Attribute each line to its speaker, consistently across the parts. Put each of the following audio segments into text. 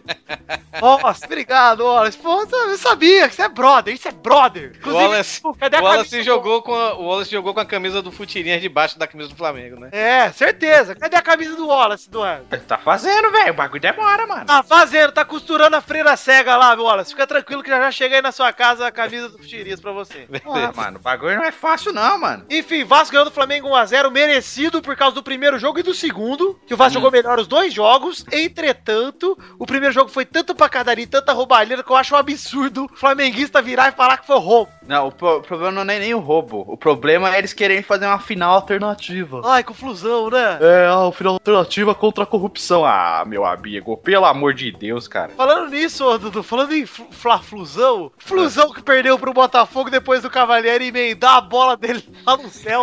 Speaker 1: Nossa, obrigado, Wallace. Pô, eu sabia que você é brother. Isso é brother.
Speaker 2: O Wallace,
Speaker 1: pô,
Speaker 2: o Wallace
Speaker 1: camisa?
Speaker 2: jogou com a, o Wallace jogou com a camisa do Futirinhas debaixo da camisa do Flamengo, né?
Speaker 1: É, certeza. Cadê a camisa do Wallace, Eduardo?
Speaker 3: Tá fazendo, velho. O bagulho demora, mano.
Speaker 1: Tá fazendo, tá costurando a freira cega lá, Wallace. Fica tranquilo que já já chega aí na sua casa a camisa do Futirias pra você. Ah,
Speaker 3: Ah, mano, o bagulho não é fácil, não, mano.
Speaker 1: Enfim, Vasco ganhou do Flamengo 1x0, merecido por causa do primeiro jogo e do segundo, que o Vasco jogou melhor os dois jogos. Entretanto, o primeiro jogo foi tanta pacadaria e tanta roubalheira que eu acho um absurdo o flamenguista virar e falar que foi roubo.
Speaker 3: Não, o, pro- o problema não é nem o roubo. O problema é eles quererem fazer uma final alternativa.
Speaker 1: Ai, confusão, né?
Speaker 3: É, a final alternativa contra a corrupção. Ah, meu amigo, pelo amor de Deus, cara.
Speaker 1: Falando nisso, ô, Dudu, falando em flu- fla flusão, flusão que perdeu pro Botafogo depois do Cavalieri emendar a bola dele lá no céu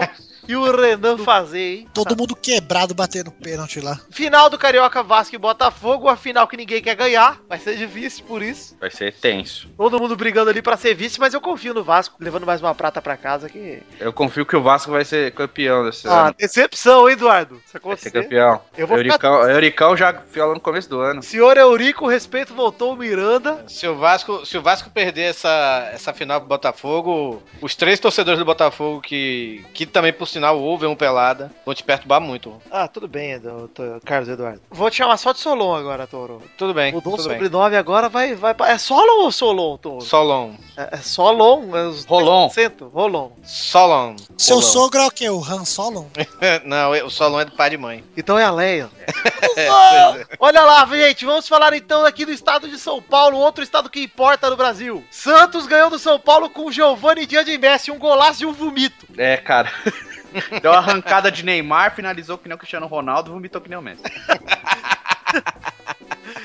Speaker 1: e o Renan fazer, hein?
Speaker 4: Todo mundo quebrado batendo pênalti lá.
Speaker 1: Final do Carioca Vasco e Botafogo, a final que ninguém quer ganhar. Vai ser difícil por isso.
Speaker 3: Vai ser tenso.
Speaker 1: Todo mundo brigando ali pra ser vice, mas eu confio no Vasco, levando mais uma prata pra casa que.
Speaker 3: Eu confio que o Vasco vai ser campeão desse
Speaker 1: Ah,
Speaker 3: ano.
Speaker 1: decepção, hein, Eduardo? Se
Speaker 3: Vai ser
Speaker 1: acontecer.
Speaker 3: campeão.
Speaker 1: Eu vou ficar-
Speaker 3: Euricão, Euricão já falou no começo do ano.
Speaker 1: Senhor Eurico, respeito voltou o Miranda.
Speaker 2: Se o Vasco, se o Vasco perder essa, essa final pro Botafogo, os três torcedores do Botafogo que, que também por sinal ouvem um pelada, vão te perturbar muito.
Speaker 1: Ah, tudo bem, Edu- Edu- Carlos Eduardo. Vou te chamar só de Solon agora, Toro.
Speaker 2: Tudo bem.
Speaker 1: Mudou o
Speaker 2: tudo bem.
Speaker 1: sobrenome agora, vai, vai. pra- É Solon ou Solon, Toro?
Speaker 2: Solon.
Speaker 1: É, é Solon, é os
Speaker 3: Rolon.
Speaker 1: acento, Rolon.
Speaker 2: Solon.
Speaker 4: Seu
Speaker 2: Solon.
Speaker 4: sogro é o quê? O Han Solo?
Speaker 2: Não, o Solon é do pai de mãe.
Speaker 1: Então é a Leia.
Speaker 3: É,
Speaker 1: Olha lá, gente, vamos falar então aqui do estado de São Paulo, outro estado que importa no Brasil. Santos ganhou do São Paulo com o Giovanni Dias de Messi, um golaço e um vomito.
Speaker 3: É, cara. Deu uma arrancada de Neymar, finalizou que nem o Cristiano Ronaldo, vomitou que nem o Messi.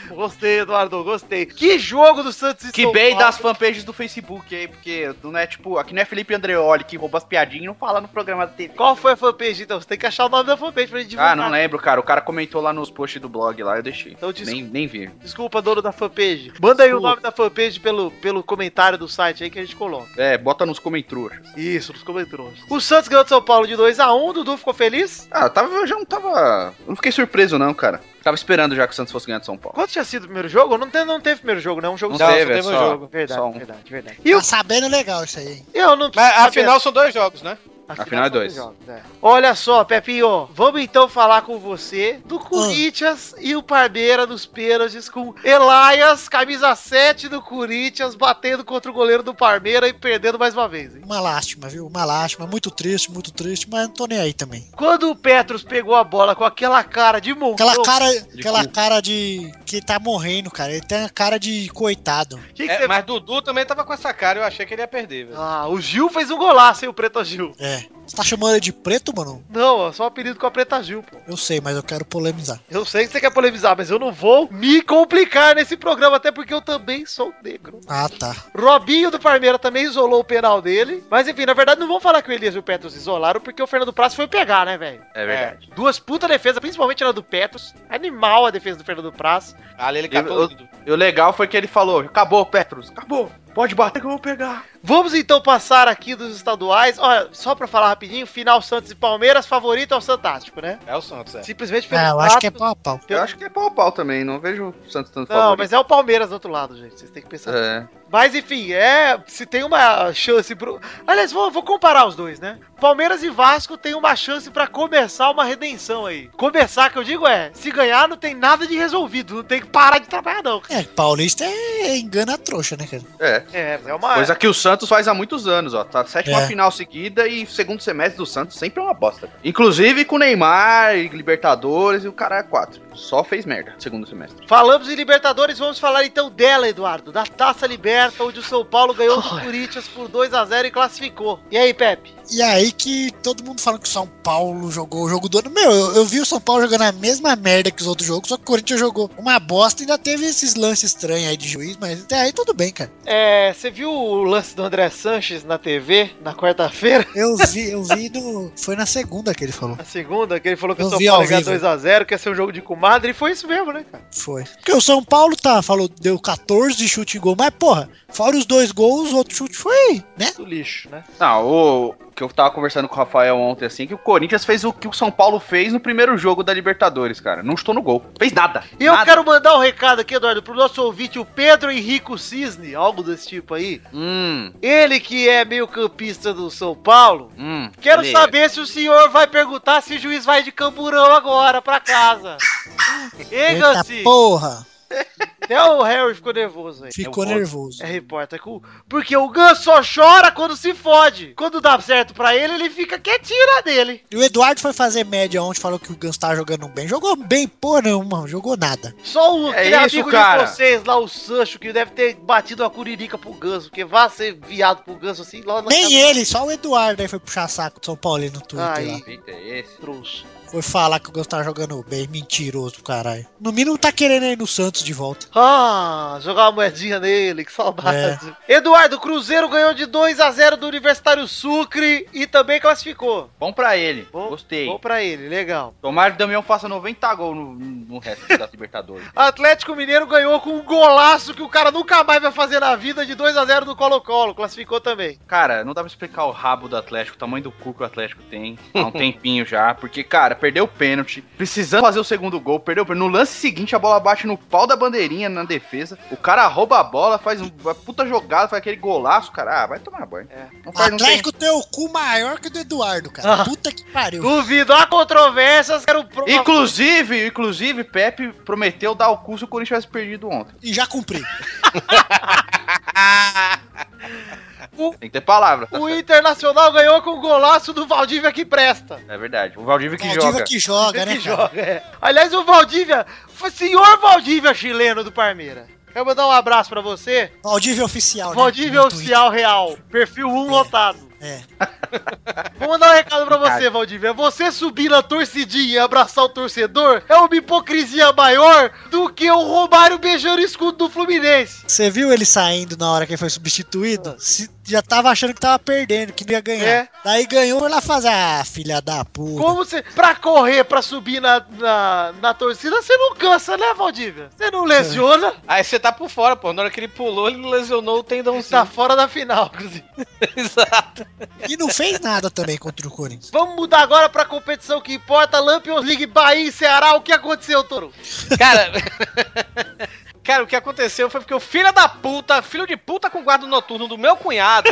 Speaker 1: Gostei, Eduardo, gostei. Que jogo do Santos e
Speaker 3: Que
Speaker 1: São
Speaker 3: bem
Speaker 1: Paulo.
Speaker 3: das fanpages do Facebook aí, porque não é tipo, aqui não é Felipe Andreoli que rouba as piadinhas e não fala no programa da TV.
Speaker 1: Qual foi a fanpage, então? Você tem que achar o nome da fanpage pra gente divulgar.
Speaker 3: Ah, não lembro, cara. O cara comentou lá nos posts do blog lá, eu deixei.
Speaker 1: Então, desculpa.
Speaker 3: nem, nem vi.
Speaker 1: Desculpa, dono da fanpage. Manda aí o
Speaker 3: Desculpa.
Speaker 1: nome da fanpage pelo, pelo comentário do site aí que a gente coloca.
Speaker 3: É, bota nos comentários.
Speaker 1: Isso, nos comentários. O Santos ganhou de São Paulo de 2x1, Dudu ficou feliz?
Speaker 3: Ah, eu tava, eu já não tava. eu Não fiquei surpreso, não, cara. Tava esperando já que o Santos fosse ganhar de São Paulo.
Speaker 1: Quanto tinha sido o primeiro jogo? Não teve, não teve primeiro jogo, né? Um jogo
Speaker 3: Não
Speaker 1: só.
Speaker 3: teve,
Speaker 2: só
Speaker 3: é
Speaker 2: teve um
Speaker 3: só-
Speaker 2: jogo.
Speaker 1: Verdade,
Speaker 3: só um.
Speaker 1: verdade, verdade. E
Speaker 4: Tá
Speaker 1: o...
Speaker 4: sabendo legal isso aí, hein?
Speaker 1: Eu não
Speaker 2: Mas
Speaker 1: preciso
Speaker 2: afinal são dois jogos, né?
Speaker 1: saber.
Speaker 3: afinal é dois.
Speaker 1: são jogos, é. Olha só, Pepinho, vamos então falar com você do Corinthians e o Parmeira nos pênaltis com Elias, camisa 7 do Corinthians, batendo contra o goleiro do Parmeira e perdendo mais uma vez. hein?
Speaker 4: Uma lástima, viu? Uma lástima. Muito triste, muito triste, mas não tô nem aí também.
Speaker 1: Quando o Petros pegou a bola com aquela cara de montão,
Speaker 4: Aquela cara, aquela
Speaker 3: cu.
Speaker 4: cara de que tá morrendo, cara. Ele tem a cara de coitado.
Speaker 1: que que
Speaker 2: É,
Speaker 1: você-
Speaker 2: mas Dudu também tava com essa cara, eu achei que ele ia perder, velho.
Speaker 1: Ah, o Gil fez um golaço, hein, o Preta Gil.
Speaker 4: É. Você tá chamando ele de preto, mano?
Speaker 1: Não, é só um apelido com a Preta Gil, pô.
Speaker 4: Eu sei, mas eu quero polemizar.
Speaker 1: Eu sei que você quer polemizar, mas eu não vou me complicar nesse programa, até porque eu também sou negro.
Speaker 4: Ah, tá.
Speaker 1: Robinho do Parmeira também isolou o penal dele. Mas enfim, na verdade não vamos falar que o Elias e o Petros isolaram, porque o Fernando Prass foi pegar, né, velho?
Speaker 3: É verdade.
Speaker 1: Duas puta defesa, principalmente na do Petros. Animal a defesa do Fernando Prass.
Speaker 2: Ali ele
Speaker 3: Eu-
Speaker 2: catou
Speaker 3: eu-
Speaker 2: tudo.
Speaker 3: E o legal foi que ele falou: acabou, Petros, acabou. Pode bater que eu vou pegar.
Speaker 1: Vamos então passar aqui dos estaduais. Olha, só pra falar rapidinho, final Santos e Palmeiras, favorito ao Santástico, né?
Speaker 2: É o Santos, é.
Speaker 1: Simplesmente pelo
Speaker 4: É, eu acho que é
Speaker 1: fato-
Speaker 4: pau a pau.
Speaker 3: Eu acho que é pau a pau também, não vejo o Santos tanto
Speaker 1: Não, mas é o Palmeiras do outro lado, gente. Vocês têm que pensar.
Speaker 3: É.
Speaker 1: Mas enfim, é. Se tem uma chance pro. Aliás, vou, vou comparar os dois, né? Palmeiras e Vasco tem uma chance pra começar uma redenção aí. Começar, que eu digo é, se ganhar não tem nada de resolvido, não tem que parar de trabalhar não.
Speaker 4: É, paulista é engana a trouxa, né, cara?
Speaker 3: é.
Speaker 1: É, é uma.
Speaker 3: Coisa que o Santos faz há muitos anos, ó. Tá sétima
Speaker 4: É.
Speaker 3: final seguida e segundo semestre do Santos sempre é uma bosta. Inclusive com Neymar, e Libertadores e o cara é quatro. Só fez merda segundo semestre.
Speaker 1: Falamos em Libertadores, vamos falar então dela, Eduardo, da Taça Liberta, onde o São Paulo ganhou do Corinthians por 2 a 0 e classificou. E aí, Pepe?
Speaker 4: E aí que todo mundo falando que o São Paulo jogou o jogo do ano. Meu, eu, eu vi o São Paulo jogando a mesma merda que os outros jogos, só que o Corinthians jogou uma bosta e ainda teve esses lances estranhos aí de juiz, mas até aí tudo bem, cara.
Speaker 1: É, você viu o lance do André Sanches na TV na quarta-feira?
Speaker 4: Eu vi, eu vi no. Foi na segunda que ele falou.
Speaker 1: Na segunda, que ele falou que
Speaker 4: Eu
Speaker 1: o São
Speaker 4: vi
Speaker 1: Paulo
Speaker 4: ao
Speaker 1: ia ganhar
Speaker 4: vivo.
Speaker 1: 2x0, que ia ser um jogo de comadre, e foi isso mesmo, né, cara?
Speaker 4: Foi. Porque o São Paulo tá, falou, deu 14 de chute e gol, mas porra, fora os dois gols, o outro chute foi, né?
Speaker 1: Do lixo, né?
Speaker 3: Não, Ah, o o que eu tava conversando com o Rafael ontem, assim, que o Corinthians fez o que o São Paulo fez no primeiro jogo da Libertadores, cara. Não estou no gol. Fez nada.
Speaker 1: E eu
Speaker 3: nada.
Speaker 1: quero mandar um recado aqui, Eduardo, pro nosso ouvinte, o Pedro Henrico Cisne, algo desse tipo aí.
Speaker 3: Hum,
Speaker 1: Ele que é meio campista do São Paulo.
Speaker 3: hum.
Speaker 1: Quero
Speaker 3: Beleza.
Speaker 1: saber se o senhor vai perguntar se o juiz vai de camburão agora pra casa. Ei,
Speaker 4: Eita
Speaker 1: Gansi,
Speaker 4: porra,
Speaker 1: até É, o Harry ficou nervoso aí.
Speaker 4: ficou
Speaker 3: voto.
Speaker 4: nervoso.
Speaker 1: É repórter com. Porque o Gus só chora quando se fode. Quando dá certo pra ele, ele fica quietinho na dele.
Speaker 4: E o Eduardo foi fazer média ontem, falou que o Gans tá jogando bem. Jogou bem, porra nenhuma, jogou nada.
Speaker 1: Só o
Speaker 3: É
Speaker 1: aquele
Speaker 3: isso,
Speaker 1: amigo
Speaker 3: cara.
Speaker 1: de vocês lá, o Sancho, que deve ter batido a curirica pro Ganso, porque vá ser viado pro Ganso assim, logo na
Speaker 5: tá
Speaker 4: Nem
Speaker 1: cabeça.
Speaker 4: ele, só o Eduardo aí foi puxar saco do São Paulo no Twitter
Speaker 1: Aí.
Speaker 4: lá.
Speaker 3: Eita, é esse.
Speaker 1: Trouxa.
Speaker 4: Foi falar que o Gans tá jogando bem, mentiroso do caralho. No mínimo tá querendo ir no Santos de volta.
Speaker 1: Ah, jogar uma moedinha nele, que saudade. Eduardo, Cruzeiro ganhou de 2 a 0 do Universitário Sucre e também classificou.
Speaker 3: Bom pra ele.
Speaker 1: Bom-
Speaker 3: Gostei.
Speaker 1: Bom pra ele, legal.
Speaker 3: Tomara que o Damião faça 90 gols no, no resto da Libertadores.
Speaker 1: Atlético Mineiro ganhou com um golaço que o cara nunca mais vai fazer na vida de 2 a 0 do Colo-Colo, classificou também.
Speaker 3: Cara, não dá pra explicar o rabo do Atlético, o tamanho do cu que o Atlético tem há um tempinho já. Porque, cara, perdeu o pênalti, precisando fazer o segundo gol, perdeu o pênalti. No lance seguinte, a bola bate no pau da bandeirinha na defesa. O cara rouba a bola, faz um- uma puta jogada, faz aquele golaço, cara. Ah, vai tomar banho. Não faz, não tem...
Speaker 4: Atlético tem o cu maior que o do Eduardo, cara.
Speaker 1: Ah.
Speaker 4: Puta que pariu.
Speaker 1: Duvido, há controvérsias, quero prova.
Speaker 3: Inclusive, inclusive, Pepe prometeu dar o cu se o Corinthians tivesse perdido ontem.
Speaker 4: E já cumpri.
Speaker 3: Tem que ter palavra. tá
Speaker 1: O Internacional ganhou com o golaço do Valdívia que presta.
Speaker 3: certo? É verdade. O Valdívia que
Speaker 4: Valdívia
Speaker 3: joga.
Speaker 4: que joga, né,
Speaker 1: que
Speaker 4: cara?
Speaker 1: joga, é. Aliás, o Valdívia, o senhor Valdívia chileno do Parmeira. Quero mandar um abraço pra você.
Speaker 4: Valdívia oficial, né?
Speaker 1: Valdívia
Speaker 4: No Twitter.
Speaker 1: Oficial Real. Perfil 1
Speaker 4: É.
Speaker 1: lotado.
Speaker 4: É.
Speaker 1: Vou mandar um recado pra você, Valdívia. Você subir na torcidinha e abraçar o torcedor é uma hipocrisia maior do que o Romário beijando o escudo do Fluminense.
Speaker 4: Você viu ele saindo na hora que ele foi substituído? Se- já tava achando que tava perdendo, que não ia ganhar.
Speaker 1: É.
Speaker 4: Daí ganhou, foi lá fazer. Ah, filha da puta.
Speaker 1: Como você. Pra correr, pra subir na, na, na torcida, você não cansa, né, Valdívia? Você não lesiona,
Speaker 2: Aí você tá por fora, pô. Na hora que ele pulou, ele lesionou o
Speaker 1: tá
Speaker 2: tendãozinho.
Speaker 1: fora da final, inclusive.
Speaker 2: Exato.
Speaker 4: E não fez nada também contra o Corinthians.
Speaker 1: Vamos mudar agora pra competição que importa, Lampions League Bahia e Ceará. O que aconteceu, Toro?
Speaker 2: Cara. Cara, o que aconteceu foi porque o filho da puta, filho de puta com guarda noturno do meu cunhado,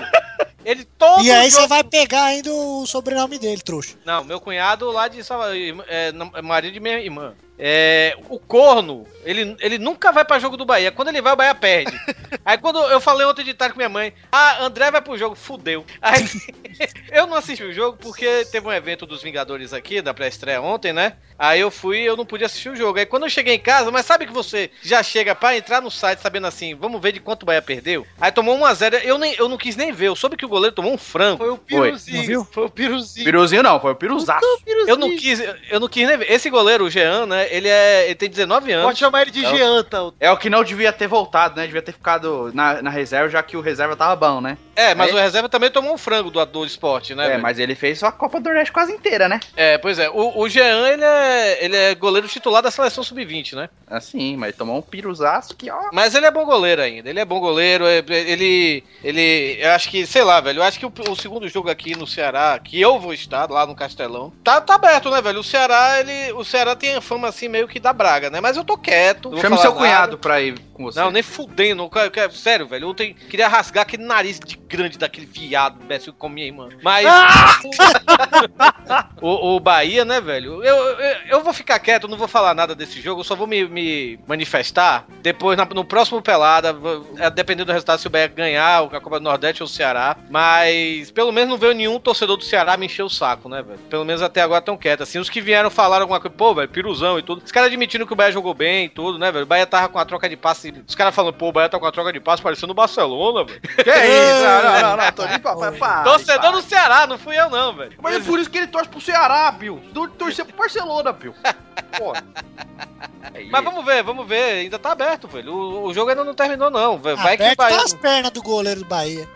Speaker 2: ele todo
Speaker 4: E aí você
Speaker 2: jogo-
Speaker 4: vai pegar ainda o sobrenome dele, trouxa.
Speaker 2: Não, meu cunhado lá de Salvador, irmã- é, nam- é marido de minha irmã. É, o corno, ele, ele nunca vai pra jogo do Bahia. Quando ele vai, o Bahia perde. Aí quando eu falei ontem de tarde com minha mãe, ah, André vai pro jogo, fudeu. Aí, eu não assisti o jogo porque teve um evento dos Vingadores aqui, da pré-estreia ontem, né? Aí eu fui eu não podia assistir o jogo. Aí quando eu cheguei em casa, mas sabe que você já chega pra entrar no site sabendo assim, vamos ver de quanto o Bahia perdeu? Aí tomou 1x0, eu, nem- eu não quis nem ver, eu soube que o goleiro tomou um frango.
Speaker 1: Foi o
Speaker 4: Não
Speaker 1: Piruzinho.
Speaker 4: viu?
Speaker 1: Foi o Piruzinho.
Speaker 3: Piruzinho não, foi o piruzaço.
Speaker 1: Piruzinho.
Speaker 2: Eu não quis, eu não quis nem ver. Esse goleiro, o Jean, né? Ele, é, ele tem 19 anos.
Speaker 1: Pode chamar ele de
Speaker 2: Não.
Speaker 1: Geanta. o-
Speaker 3: É o que não devia ter voltado, né? Devia ter ficado na, na reserva, já que o reserva tava bom, né?
Speaker 2: É, mas
Speaker 3: É.
Speaker 2: o reserva também tomou um frango do, do esporte, né?
Speaker 3: É,
Speaker 2: velho?
Speaker 3: mas ele fez a Copa do Nordeste quase inteira, né?
Speaker 2: É, pois é. O, o Jean, ele é, ele é goleiro titular da seleção sub-20, né?
Speaker 3: Assim, mas tomou um piruzaço que, ó.
Speaker 2: Mas ele é bom goleiro ainda. Ele é bom goleiro. é- Ele. Ele. Eu acho que, sei lá, velho. Eu acho que o, o segundo jogo aqui no Ceará, que eu vou estar lá no Castelão, tá, tá aberto, né, velho? O Ceará, ele. O Ceará tem a fama assim meio que da Braga, né? Mas eu tô quieto. não vou
Speaker 3: Chame
Speaker 2: falar
Speaker 3: seu
Speaker 2: nada.
Speaker 3: cunhado pra ir com você.
Speaker 2: Não, nem fudendo. eu quero- eu quero- Sério, velho. Ontem queria rasgar aquele nariz de grande daquele viado imbecil que comia, irmã. Mas.
Speaker 3: Ah!
Speaker 2: o, o Bahia, né, velho? Eu, eu, eu vou ficar quieto, não vou falar nada desse jogo. Eu só vou me, me manifestar depois, na- no próximo pelada. vou- é, Dependendo do resultado, se o Bahia ganhar a Copa do Nordeste ou o Ceará. Mas pelo menos não veio nenhum torcedor do Ceará me encher o saco, né, velho? Pelo menos até agora tão quieto. Assim, os que vieram falaram alguma coisa, pô, velho, piruzão e tudo. Os caras admitindo que o Bahia jogou bem e tudo, né, velho? O Bahia tava com a troca de passe. Os caras falando, pô, o Bahia tá com a troca de passe parecendo o Barcelona, velho.
Speaker 3: Que isso? Não, não, não, não. Tô nem pra, pra, pra-
Speaker 1: Ah,
Speaker 2: Torcedor do Ceará, não fui eu, não, velho.
Speaker 3: Mas é por isso que ele torce pro Ceará, Ah, Bill. Tor- Torcer pro Barcelona, Bill. Pô. É
Speaker 2: Mas vamos ver, vamos ver. Ainda tá aberto, velho. O, o jogo ainda não terminou, não. Vai vai né? que
Speaker 4: Aberto
Speaker 2: o Bahia.
Speaker 4: tá as pernas do goleiro do Bahia.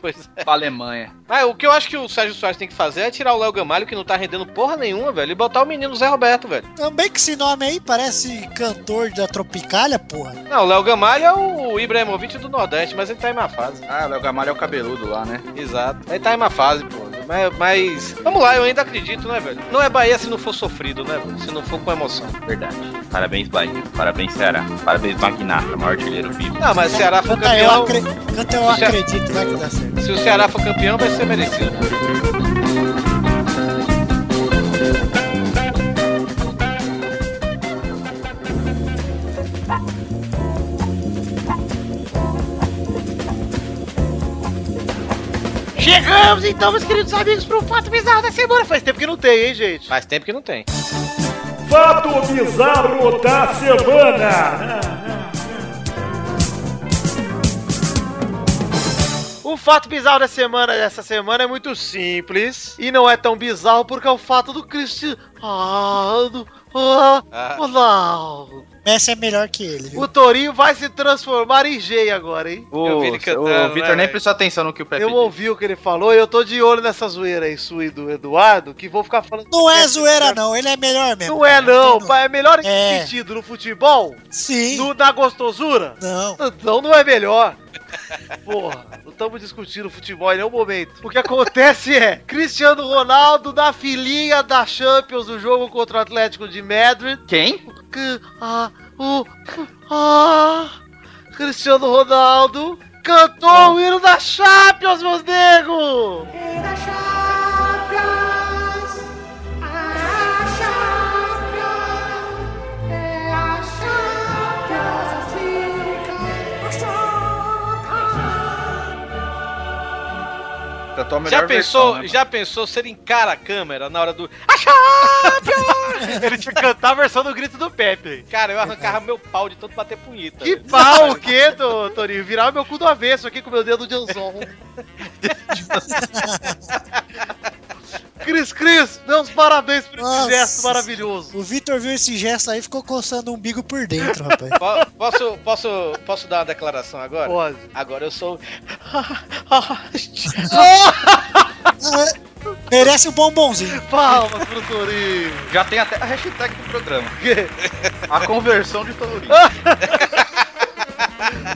Speaker 2: Pois é.
Speaker 3: pra Alemanha.
Speaker 2: Mas o que eu acho que o Sérgio Soares tem que fazer é tirar o Léo Gamalho, que não tá rendendo porra nenhuma, velho, e botar o menino Zé Roberto, velho.
Speaker 4: Também que esse nome aí parece cantor da Tropicália, porra.
Speaker 2: Não, o Léo Gamalho é o Ibrahimovic do Nordeste, mas ele tá em má fase.
Speaker 3: Ah, o Léo Gamalho é o cabeludo lá, né?
Speaker 2: Exato. Ele tá em má fase, pô. Mas, mas. Vamos lá, eu ainda acredito, né, velho? Não é Bahia se não for sofrido, né, velho? Se não for com emoção.
Speaker 6: Verdade. Parabéns, Bahia. Parabéns, Ceará. Parabéns, Magnata, maior artilheiro vivo.
Speaker 2: Não, mas o Ceará foi
Speaker 4: Canta eu,
Speaker 2: campeão.
Speaker 4: acre... Canta eu
Speaker 2: Já-
Speaker 4: acredito, vai que dá certo.
Speaker 2: Se o Ceará for campeão, vai ser merecido.
Speaker 1: Chegamos então, meus queridos amigos, pro fato bizarro da semana. Faz tempo que não tem, hein, gente?
Speaker 2: Faz tempo que não tem.
Speaker 7: Fato bizarro da semana.
Speaker 1: O fato bizarro da semana dessa semana é muito simples e não é tão bizarro porque é o fato do Cristiano ah,
Speaker 2: Ah.
Speaker 1: Ronaldo.
Speaker 4: Messi é melhor que ele, viu?
Speaker 1: O Torinho vai se transformar em G agora, hein?
Speaker 2: Eu vi ele
Speaker 3: O-
Speaker 2: cantando,
Speaker 3: o
Speaker 2: né,
Speaker 3: Vitor nem
Speaker 2: velho?
Speaker 3: prestou atenção no que o Pepe
Speaker 1: Eu
Speaker 3: disse.
Speaker 1: ouvi o que ele falou e eu tô de olho nessa zoeira aí, sua e do Eduardo, que vou ficar falando.
Speaker 4: Não é zoeira, não. Ele é melhor mesmo.
Speaker 1: Não é, não,
Speaker 4: Não.
Speaker 1: pai, é melhor em que
Speaker 4: É.
Speaker 1: sentido? No futebol?
Speaker 2: é.
Speaker 4: Sim.
Speaker 1: No, na gostosura?
Speaker 4: Não.
Speaker 1: Então não é melhor. Porra, não estamos discutindo futebol em nenhum momento. O que acontece é Cristiano Ronaldo na filinha da Champions do jogo contra o Atlético de Madrid.
Speaker 3: Quem?
Speaker 1: Que- ah, o, ah, Cristiano Ronaldo cantou o hino da Champions, meus nego!
Speaker 3: Cantou a melhor
Speaker 2: Já pensou,
Speaker 8: é
Speaker 3: versão, né, né,
Speaker 2: já pensou se ele encara a câmera na hora do. A
Speaker 5: Ele tinha que cantar a versão do grito do Pepe.
Speaker 2: Cara, eu arrancava meu pau de tanto bater punheta.
Speaker 5: É Que pau o quê, do- Torinho? Virar meu cu do avesso aqui com meu dedo de anzol. Cris, Cris, meus parabéns por esse
Speaker 4: Nossa.
Speaker 5: gesto maravilhoso.
Speaker 4: O Vitor viu esse gesto aí e ficou coçando o umbigo por dentro, rapaz. Ah,
Speaker 2: Po- Posso, posso, posso dar uma declaração agora?
Speaker 5: Pode.
Speaker 2: Agora eu sou.
Speaker 4: Ah, Merece um bombonzinho.
Speaker 5: Palmas pro Torinho.
Speaker 3: Já tem até a hashtag do programa. A conversão de Torinho.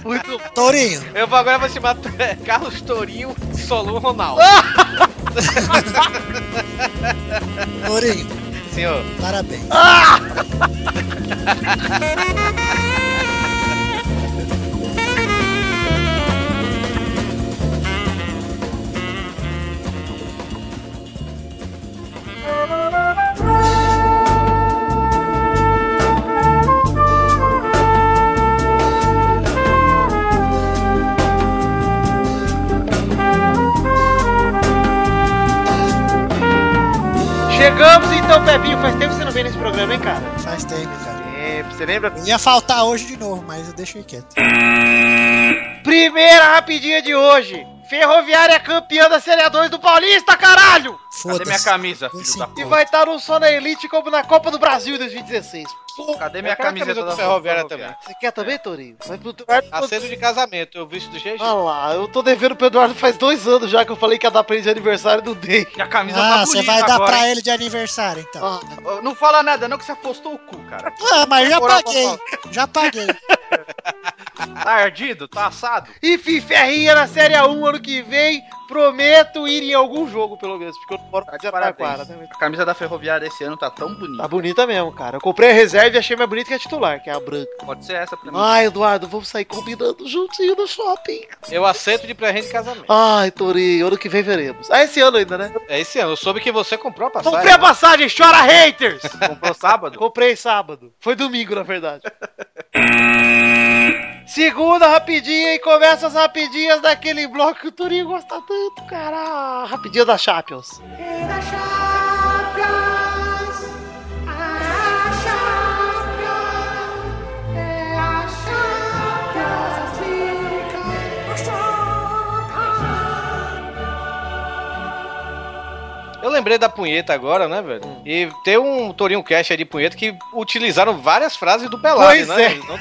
Speaker 5: Muito bom.
Speaker 4: Tourinho,
Speaker 2: Eu vou agora vou chamar Carlos Torinho Solon Ronaldo.
Speaker 5: Ah!
Speaker 4: Tourinho,
Speaker 2: Senhor.
Speaker 4: parabéns.
Speaker 5: Chegamos então, Pepinho. Faz tempo que você não vem nesse programa, hein, cara?
Speaker 4: Faz tempo, cara.
Speaker 5: É, você lembra?
Speaker 4: Eu ia faltar hoje de novo, mas eu deixei quieto.
Speaker 5: Primeira rapidinha de hoje. Ferroviária é campeã da Série 2 do Paulista, caralho!
Speaker 3: Cadê minha
Speaker 4: Foda-se.
Speaker 3: camisa, filho
Speaker 4: Esse-
Speaker 3: da
Speaker 5: E
Speaker 3: puta?
Speaker 5: vai estar não só na Elite, como na Copa do Brasil em 2016.
Speaker 3: Cadê minha
Speaker 2: Eu quero a
Speaker 3: camiseta
Speaker 2: do
Speaker 3: da
Speaker 2: Ferroviária
Speaker 3: Ferroviária?
Speaker 2: também.
Speaker 5: Você quer
Speaker 2: É.
Speaker 5: também, Torinho? Vai pro teu-
Speaker 2: Acendo de casamento, eu visto do jeito.
Speaker 5: Ah lá, eu tô devendo pro Eduardo faz dois anos já que eu falei que ia dar pra ele de aniversário do Day.
Speaker 3: E a camisa
Speaker 4: Ah,
Speaker 3: tá
Speaker 4: você
Speaker 3: bonita
Speaker 4: vai dar
Speaker 3: agora.
Speaker 4: pra ele de aniversário, então.
Speaker 5: Ah,
Speaker 3: hein? Não fala nada não que você apostou o cu, cara.
Speaker 4: Ah, mas já
Speaker 3: Moral,
Speaker 4: paguei. Já paguei.
Speaker 3: Tá ardido? Tá assado?
Speaker 5: Enfim, Ferrinha na Série 1 ano que vem. Prometo ir em algum jogo, pelo menos, porque eu não moro
Speaker 3: Tá
Speaker 5: de
Speaker 3: de
Speaker 5: Araraquara,
Speaker 3: parabéns.
Speaker 5: né?
Speaker 3: A camisa da Ferroviária esse ano tá
Speaker 5: Tá
Speaker 3: tão bonita.
Speaker 5: bonita mesmo, cara. Eu comprei a reserva e achei mais bonita que a titular, que é a branca.
Speaker 3: Pode ser essa
Speaker 2: Uhum.
Speaker 3: pra mim.
Speaker 4: Ah.
Speaker 5: Ai, Eduardo, vamos sair combinando juntinho no shopping.
Speaker 2: Eu aceito de presente de casamento.
Speaker 5: Ai, Torinho, ano que vem veremos. Ah, esse ano ainda, né?
Speaker 2: É esse ano. Eu soube que você comprou a passagem.
Speaker 5: Comprei a passagem, chora haters!
Speaker 3: Comprou sábado?
Speaker 5: Comprei sábado. Foi domingo, na verdade. Segunda rapidinha e começa as rapidinhas daquele bloco que o Turinho gosta tanto, cara. Rapidinha da Champions.
Speaker 8: é
Speaker 2: Eu lembrei da punheta agora, né, velho?
Speaker 5: Hum.
Speaker 2: E tem um Torinho Cash aí de punheta que utilizaram várias frases do Pelado,
Speaker 5: Pois
Speaker 2: né?
Speaker 5: é.
Speaker 2: Eles não-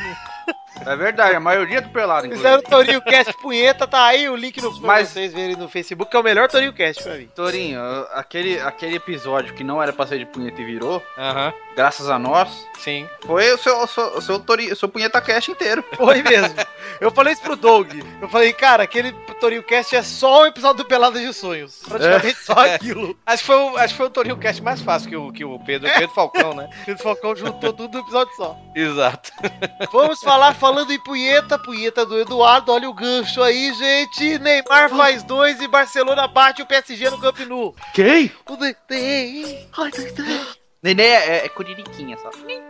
Speaker 3: É verdade, a maioria do pelado,
Speaker 5: Fizeram o
Speaker 3: inclusive.
Speaker 5: Torinho Cast punheta, tá aí o link no pra
Speaker 3: Mas-
Speaker 5: vocês verem no Facebook, que é o melhor Torinho Cast pra mim.
Speaker 3: Torinho, aquele, aquele episódio que não era pra ser de punheta e virou,
Speaker 2: Aham,
Speaker 3: graças a nós,
Speaker 2: sim.
Speaker 3: foi o seu, o seu, o seu, Torinho, o seu punheta cast inteiro.
Speaker 5: Foi mesmo. Eu falei isso pro Doug. Eu falei, cara, aquele Torinho Cast é só um episódio do Pelada de Sonhos. Praticamente só aquilo.
Speaker 2: Acho que foi o, acho que foi o Torinho Cash mais fácil que o, que o Pedro,
Speaker 5: É.
Speaker 2: Pedro Falcão, né?
Speaker 5: O Falcão juntou tudo no episódio só.
Speaker 2: Exato.
Speaker 5: Vamos falar falando em punheta, punheta do Eduardo. Olha o gancho aí, gente. Neymar faz dois e Barcelona bate o PSG no Camp Nou.
Speaker 3: Quem?
Speaker 5: O Neném. Ai, Neném.
Speaker 3: Nenê é, é, é cuririquinha, sabe?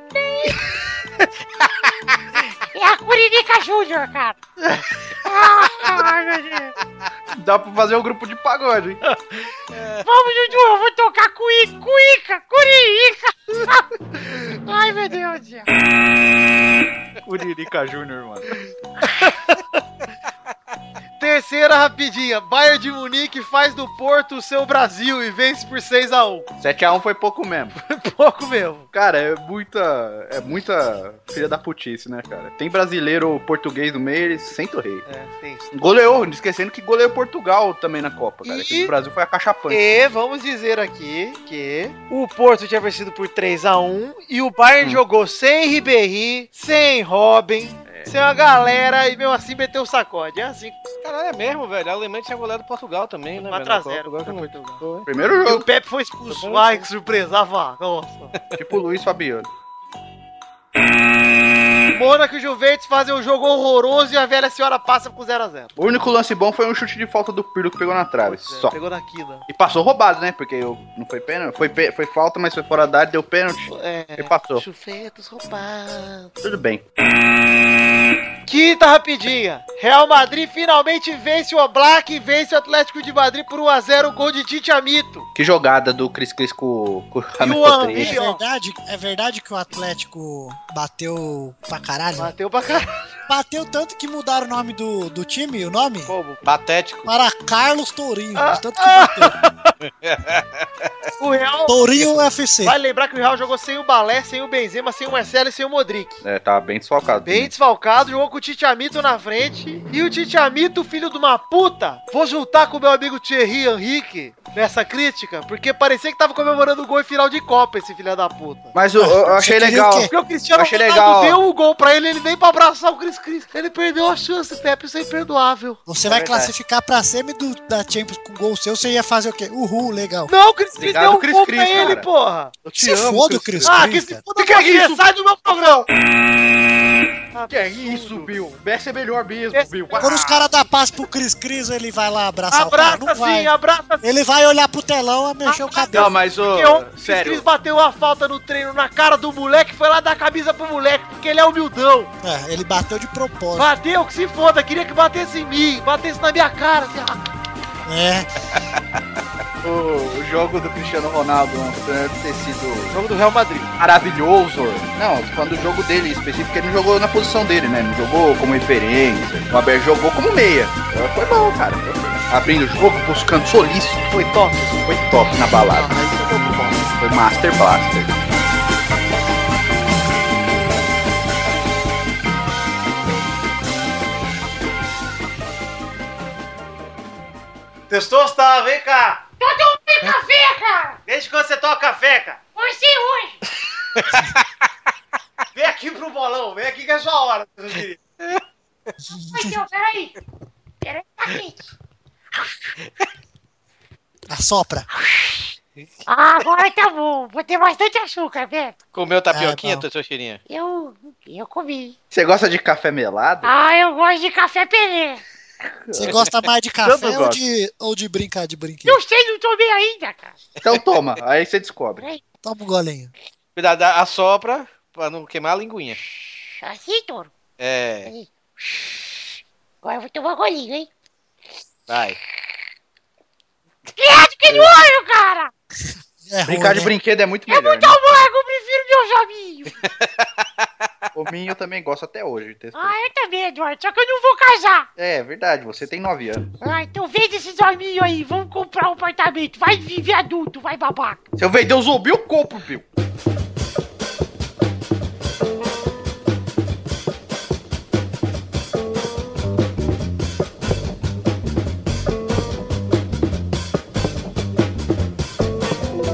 Speaker 3: Dá pra fazer um grupo de pagode, hein?
Speaker 8: Vamos, Dudu, eu vou tocar cuí, cuíca, curiíca. Ai, meu Deus do céu.
Speaker 3: Curirica Júnior, mano.
Speaker 5: Terceira rapidinha. Bayern de Munique faz do Porto o seu Brasil e vence por 6x1.
Speaker 3: 7x1 foi pouco mesmo.
Speaker 5: Pouco mesmo.
Speaker 3: Cara, é muita. É muita filha da putice, né, cara? Tem brasileiro português no meio, ele senta o rei.
Speaker 5: É, tem isso.
Speaker 3: Goleou, esquecendo que goleou Portugal também na Copa, cara.
Speaker 5: E-
Speaker 3: Que o Brasil foi a caixa punk.
Speaker 5: E vamos dizer aqui que o Porto tinha vencido por 3x1 e o Bayern
Speaker 3: Hum.
Speaker 5: jogou sem Ribéry, sem Robin, sem a galera e mesmo assim meteu o sacode. É assim que
Speaker 2: Caralho, é mesmo, velho. A Alemanha tinha goleado Portugal também, né?
Speaker 5: 4x0
Speaker 2: velho?
Speaker 5: pra Portugal.
Speaker 3: Primeiro
Speaker 5: E
Speaker 3: jogo,
Speaker 5: o Pepe foi expulso. Ai, que surpresa. Ah, vá. Nossa.
Speaker 3: tipo o Luiz Fabiano.
Speaker 5: Mônaco e Juventus fazem um jogo horroroso e a velha senhora passa com 0x0.
Speaker 3: O único lance bom foi um chute de falta do Pirlo que pegou na trave. Só.
Speaker 5: é, Pegou na quina.
Speaker 3: E passou roubado, né? Porque eu- não foi pênalti. Foi, pê- foi falta, mas foi fora da área, deu pênalti.
Speaker 5: É.
Speaker 3: E passou.
Speaker 5: Juventus roubado.
Speaker 3: Tudo bem.
Speaker 1: Quinta rapidinha. Real Madrid finalmente vence o Oblak e vence o Atlético de Madrid por 1x0, gol de Tite Amito.
Speaker 3: Que jogada do Cris Cris com, com a
Speaker 4: É
Speaker 1: Ambi-
Speaker 3: Metotrês.
Speaker 4: verdade, é verdade que o Atlético bateu pra caralho? né?
Speaker 1: Bateu pra caralho.
Speaker 4: Bateu tanto que mudaram o nome do, do time, o nome?
Speaker 1: Como?
Speaker 2: Patético.
Speaker 4: Para Carlos Tourinho.
Speaker 1: Ah,
Speaker 4: de tanto que bateu.
Speaker 1: O Real...
Speaker 4: Tourinho UFC.
Speaker 1: Vale lembrar que o Real jogou sem o Balé, sem o Benzema, sem o Marcelo e sem o Modric.
Speaker 3: É, tava bem desfalcado.
Speaker 1: Bem desfalcado, jogou com o Tite Amito na frente. E o Tite Amito, filho de uma puta, vou juntar com o meu amigo Thierry Henrique nessa crítica, porque parecia que tava comemorando o gol em final de Copa, esse filho da puta.
Speaker 3: Mas eu, eu achei
Speaker 4: Você queria
Speaker 3: legal.
Speaker 4: o quê?
Speaker 1: Porque o Cristiano
Speaker 3: Achei legal.
Speaker 1: deu o gol pra ele, ele nem pra abraçar o Cris Cris. Ele perdeu a chance, Pepe, isso é imperdoável.
Speaker 4: Você vai
Speaker 3: verdade.
Speaker 4: classificar pra semi do, da Champions com gol seu, você ia fazer o quê? Uhul, legal.
Speaker 1: Não, o Cris Cris
Speaker 3: Obrigado,
Speaker 1: deu um
Speaker 3: Cris
Speaker 1: gol
Speaker 3: Cris,
Speaker 1: pra ele,
Speaker 3: cara.
Speaker 1: porra.
Speaker 3: Eu te
Speaker 4: Se
Speaker 3: amo,
Speaker 4: foda o
Speaker 3: Cris
Speaker 4: Cris
Speaker 1: Ah, que
Speaker 4: Cris,
Speaker 1: se
Speaker 4: cara.
Speaker 1: foda
Speaker 3: Que
Speaker 1: você,
Speaker 3: que é isso?
Speaker 1: sai do meu programa.
Speaker 3: Que é isso, Bill? Bessa é melhor mesmo,
Speaker 1: Esse- é
Speaker 3: Bill.
Speaker 4: Quando os caras dá passe pro Cris Cris, ele vai lá abraçar o cara.
Speaker 1: Abraça
Speaker 4: Não vai.
Speaker 1: sim, abraça sim.
Speaker 4: Ele vai olhar pro telão e mexer o
Speaker 1: um
Speaker 4: cabelo.
Speaker 3: Não, mas, ô,
Speaker 1: Porque ontem o Cris
Speaker 3: sério,
Speaker 1: bateu uma falta no treino na cara do moleque, foi lá dar a camisa pro moleque, porque ele é humildão.
Speaker 4: É, ele bateu de propósito.
Speaker 1: Bateu, que se foda, queria que batesse em mim, batesse na minha cara. assim, ah.
Speaker 4: É.
Speaker 3: o, o jogo do Cristiano Ronaldo ontem deve ter sido
Speaker 1: Jogo do Real Madrid.
Speaker 3: maravilhoso. Não, quando o jogo dele específico, ele não jogou na posição dele, né? Não jogou como referência. O Abel jogou como meia. Foi bom, cara. Abrindo o jogo, buscando solícito. Foi top. Foi top na
Speaker 1: Ah,
Speaker 3: balada. Foi Master Blaster.
Speaker 1: Testou, tá? Vem cá.
Speaker 8: Todo mundo
Speaker 2: É.
Speaker 8: tem café, cara!
Speaker 1: Desde quando você toma café, cara?
Speaker 8: Comecei hoje!
Speaker 1: Vem aqui pro bolão, vem aqui que é sua hora. meu querido.
Speaker 8: Mas não, peraí! Peraí, tá quente!
Speaker 4: Assopra.
Speaker 8: Ah, agora tá bom! Vou ter bastante açúcar, Beto!
Speaker 2: Comeu tapioquinha,
Speaker 4: Ah,
Speaker 2: ah, seu cheirinha?
Speaker 8: Eu. Eu comi!
Speaker 3: Você gosta de café melado?
Speaker 8: Ah, eu gosto de café pelé!
Speaker 4: Você gosta mais de
Speaker 3: Eu
Speaker 4: café
Speaker 3: não
Speaker 4: ou
Speaker 3: gosto.
Speaker 4: de, ou de brincar de brinquedo?
Speaker 8: Não sei, não tomei ainda, cara!
Speaker 3: Então toma, aí você descobre.
Speaker 4: Toma um golinho.
Speaker 2: Cuidado, assopra pra não queimar a linguinha.
Speaker 8: Assim, touro!
Speaker 2: É,
Speaker 8: Agora eu vou tomar golinho, hein?
Speaker 2: vai.
Speaker 8: Viado, que nojo, cara!
Speaker 4: É
Speaker 3: Brincar de
Speaker 4: ruim, né?
Speaker 3: brinquedo é muito
Speaker 8: É
Speaker 3: melhor.
Speaker 8: muito
Speaker 3: Né?
Speaker 8: amargo, eu prefiro meus amigos!
Speaker 3: O Minho eu também gosto até hoje. testei.
Speaker 8: Ah, eu também, Eduardo, só que eu não vou casar!
Speaker 3: É verdade, você tem 9 anos.
Speaker 8: Ah, então vende esses amigos aí, vamos comprar um apartamento! Vai viver adulto, vai babaca!
Speaker 3: Se eu vender o zumbi, eu compro, Bill.